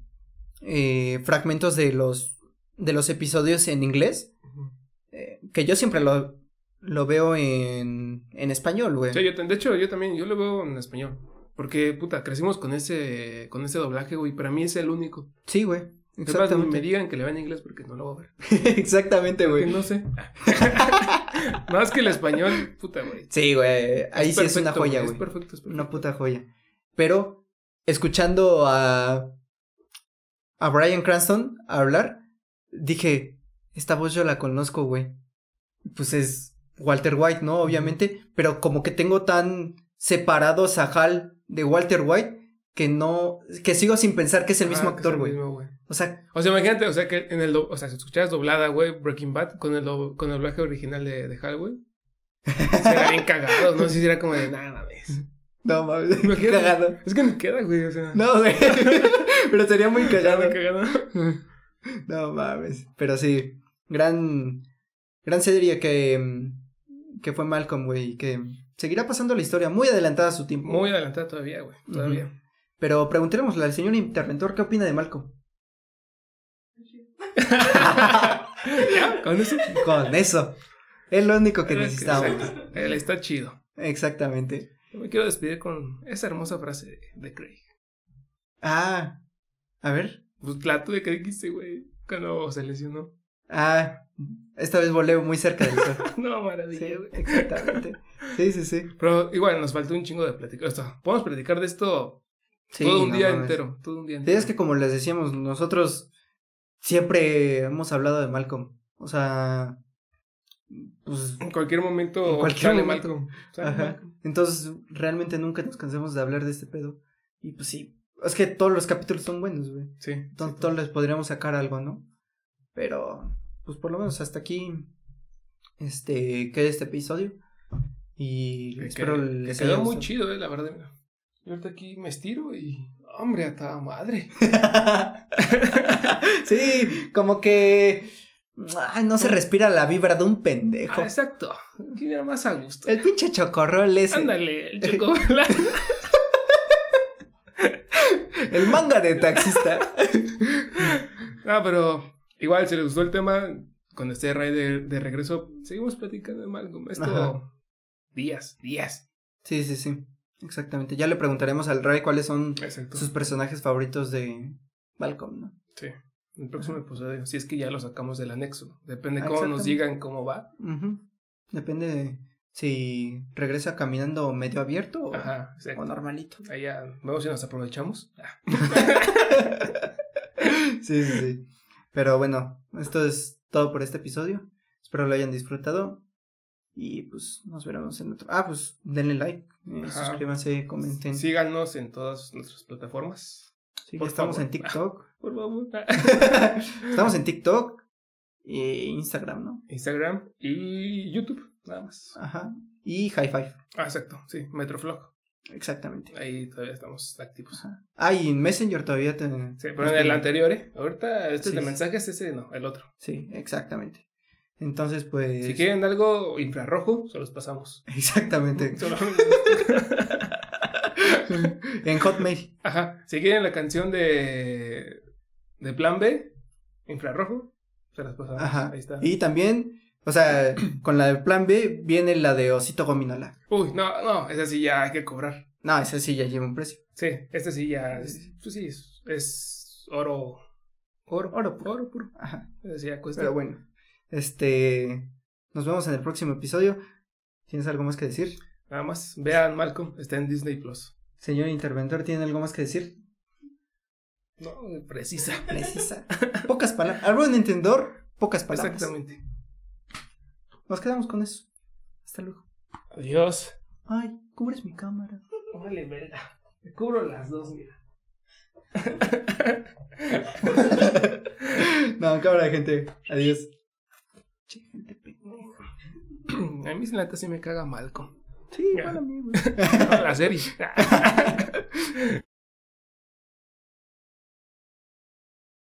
S1: eh, fragmentos de los, de los episodios en inglés,
S2: Ujú.
S1: eh, que yo siempre lo, lo veo en, en español, güey.
S2: Sí, yo, tam- de hecho, yo también, yo lo veo en español. Porque, puta, crecimos con ese, con ese doblaje, güey. Para mí es el único.
S1: Sí, güey.
S2: Es más, ni me
S1: Exactamente.
S2: digan que le vean en inglés porque no lo voy a ver.
S1: Exactamente,
S2: Porque
S1: güey.
S2: no sé. más que el español, puta, güey.
S1: Sí, güey. Ahí sí es una
S2: Perfecto,
S1: joya, güey.
S2: Es perfecto, es perfecto.
S1: Una puta joya. Pero escuchando a a Brian Cranston hablar, dije, esta voz yo la conozco, güey. Pues es Walter White, ¿no? Obviamente, pero como que tengo tan separados a Hal de Walter White que no que sigo sin pensar que es el
S2: Ah,
S1: mismo
S2: que es
S1: actor,
S2: el
S1: güey.
S2: mismo, güey.
S1: O sea,
S2: O sea, imagínate, o sea, que en el, do- o sea, si escucharas doblada, güey, Breaking Bad con el, do- con el doblaje original de, de Hal, güey. Será bien cagado, no sé si era como de nada, mames.
S1: no mames,
S2: Me
S1: qué
S2: queda-
S1: cagado.
S2: Es que ni queda, güey, o sea.
S1: No, güey. pero sería muy
S2: está
S1: cagado.
S2: muy cagado.
S1: No mames. Pero sí, gran, gran serie que, mm, que fue Malcolm, güey. y Que seguirá pasando la historia muy adelantada a su tiempo.
S2: Muy adelantada todavía, güey, todavía.
S1: Ujú. Pero preguntémosle al señor interventor qué opina de Malcolm.
S2: ¿Ya? ¿Con eso?
S1: Con eso. Es lo único que
S2: Creo que
S1: necesitábamos.
S2: exacto. Él está chido.
S1: Exactamente.
S2: Yo me quiero despedir con esa hermosa frase de, de Craig.
S1: Ah, a ver.
S2: Pues la tú de que dijiste, güey, cuando se lesionó.
S1: Ah, esta vez volé muy cerca del sol.
S2: No,
S1: Sí,
S2: maravilla, güey.
S1: exactamente. Sí, sí, sí.
S2: Pero igual, nos faltó un chingo de platicar. O sea, podemos platicar de esto
S1: Sí,
S2: todo un
S1: no
S2: día
S1: mames.
S2: entero. Todo un día
S1: Sí,
S2: entero.
S1: es que como les decíamos, nosotros siempre hemos hablado de Malcolm. O sea, pues,
S2: En cualquier momento
S1: En cualquier
S2: sale
S1: momento.
S2: Malcolm. Sale
S1: ajá.
S2: Malcolm.
S1: Entonces, realmente nunca nos cansemos de hablar de este pedo. Y pues sí, es que todos los capítulos son buenos, güey.
S2: Sí. pues.
S1: Entonces,
S2: sí.
S1: todos les podríamos sacar algo, ¿no? Pero, pues por lo menos hasta aquí, este, queda este episodio. Y
S2: Que-
S1: espero
S2: que-
S1: les
S2: que quedó
S1: haya
S2: muy
S1: gustado.
S2: chido, eh, la verdad. mira. Yo ahorita aquí me estiro y. Hombre, a toda madre.
S1: sí, como que ay, no se respira la vibra de un pendejo.
S2: Ah, exacto. Aquí era más a gusto.
S1: El pinche chocorrol ese.
S2: Ándale, el chocolate.
S1: El manga de taxista.
S2: Ah, pero igual, si les gustó el tema, cuando esté Ray de, de regreso, seguimos platicando de Malcolm. Esto
S1: Ajá.
S2: días, días.
S1: sí, sí, sí. Exactamente. Ya le preguntaremos al Ray cuáles son
S2: Exacto.
S1: sus personajes favoritos de Malcolm, ¿no?
S2: Sí. El próximo episodio, si es que ya lo sacamos del anexo. Depende
S1: Ah,
S2: cómo nos
S1: exactamente.
S2: digan cómo va.
S1: Ujú. Depende de si regresa caminando medio abierto o,
S2: Ajá, exacto.
S1: o normalito.
S2: Ahí ya vemos si nos aprovechamos. Ah,
S1: sí, sí, sí. Pero bueno, esto es todo por este episodio. Espero lo hayan disfrutado. Y pues nos veremos en otro. Ah, pues denle like, eh,
S2: Ajá.
S1: suscríbanse, comenten. Sí,
S2: Síganos en todas nuestras plataformas.
S1: ya
S2: por
S1: estamos
S2: favor.
S1: en TikTok.
S2: Por favor.
S1: estamos en TikTok e Instagram, ¿no?
S2: Instagram y YouTube, nada más.
S1: Ajá. Y High Five,
S2: Ah, exacto, sí, Metroflog.
S1: exactamente.
S2: Ahí todavía estamos activos.
S1: Ajá. Ah, y en Messenger todavía te.
S2: Sí, pero en el anterior, ¿eh? Ahorita este es de
S1: Sí.
S2: mensajes, ese no, el otro.
S1: Sí, exactamente. Entonces, pues.
S2: Si quieren algo infrarrojo, se los pasamos.
S1: Exactamente.
S2: Solo-
S1: en Hotmail.
S2: Ajá. Si quieren la canción de, de Plan B, infrarrojo, Se las pasamos.
S1: Ajá.
S2: Ahí está.
S1: Y también, o sea, con la del plan B viene la de Osito Gominola.
S2: Uy, no, no, esa sí ya hay que cobrar.
S1: No, esa sí ya lleva un precio.
S2: Sí, esta sí ya. es- pues sí, es, es oro. Oro, oro, puro. Oro puro.
S1: Ajá.
S2: Esa sí ya cuesta.
S1: Pero bueno, este, nos vemos en el próximo episodio. ¿Tienes algo más que decir?
S2: Nada más. Vean Malcolm, está en Disney Plus.
S1: Señor interventor, ¿tiene algo más que decir?
S2: No, precisa.
S1: Precisa. pocas palabras. Al buen entendedor, pocas palabras.
S2: Exactamente.
S1: Nos quedamos con eso. Hasta luego.
S2: Adiós.
S1: Ay, cubres mi cámara.
S2: Órale, verga. Te cubro las dos, mira.
S1: No, cámara, gente. Adiós. Che, gente pendeja.
S2: A mí la neta sí me caga Malcolm.
S1: Sí,
S2: Ya.
S1: igual a mí, güey.
S2: la serie.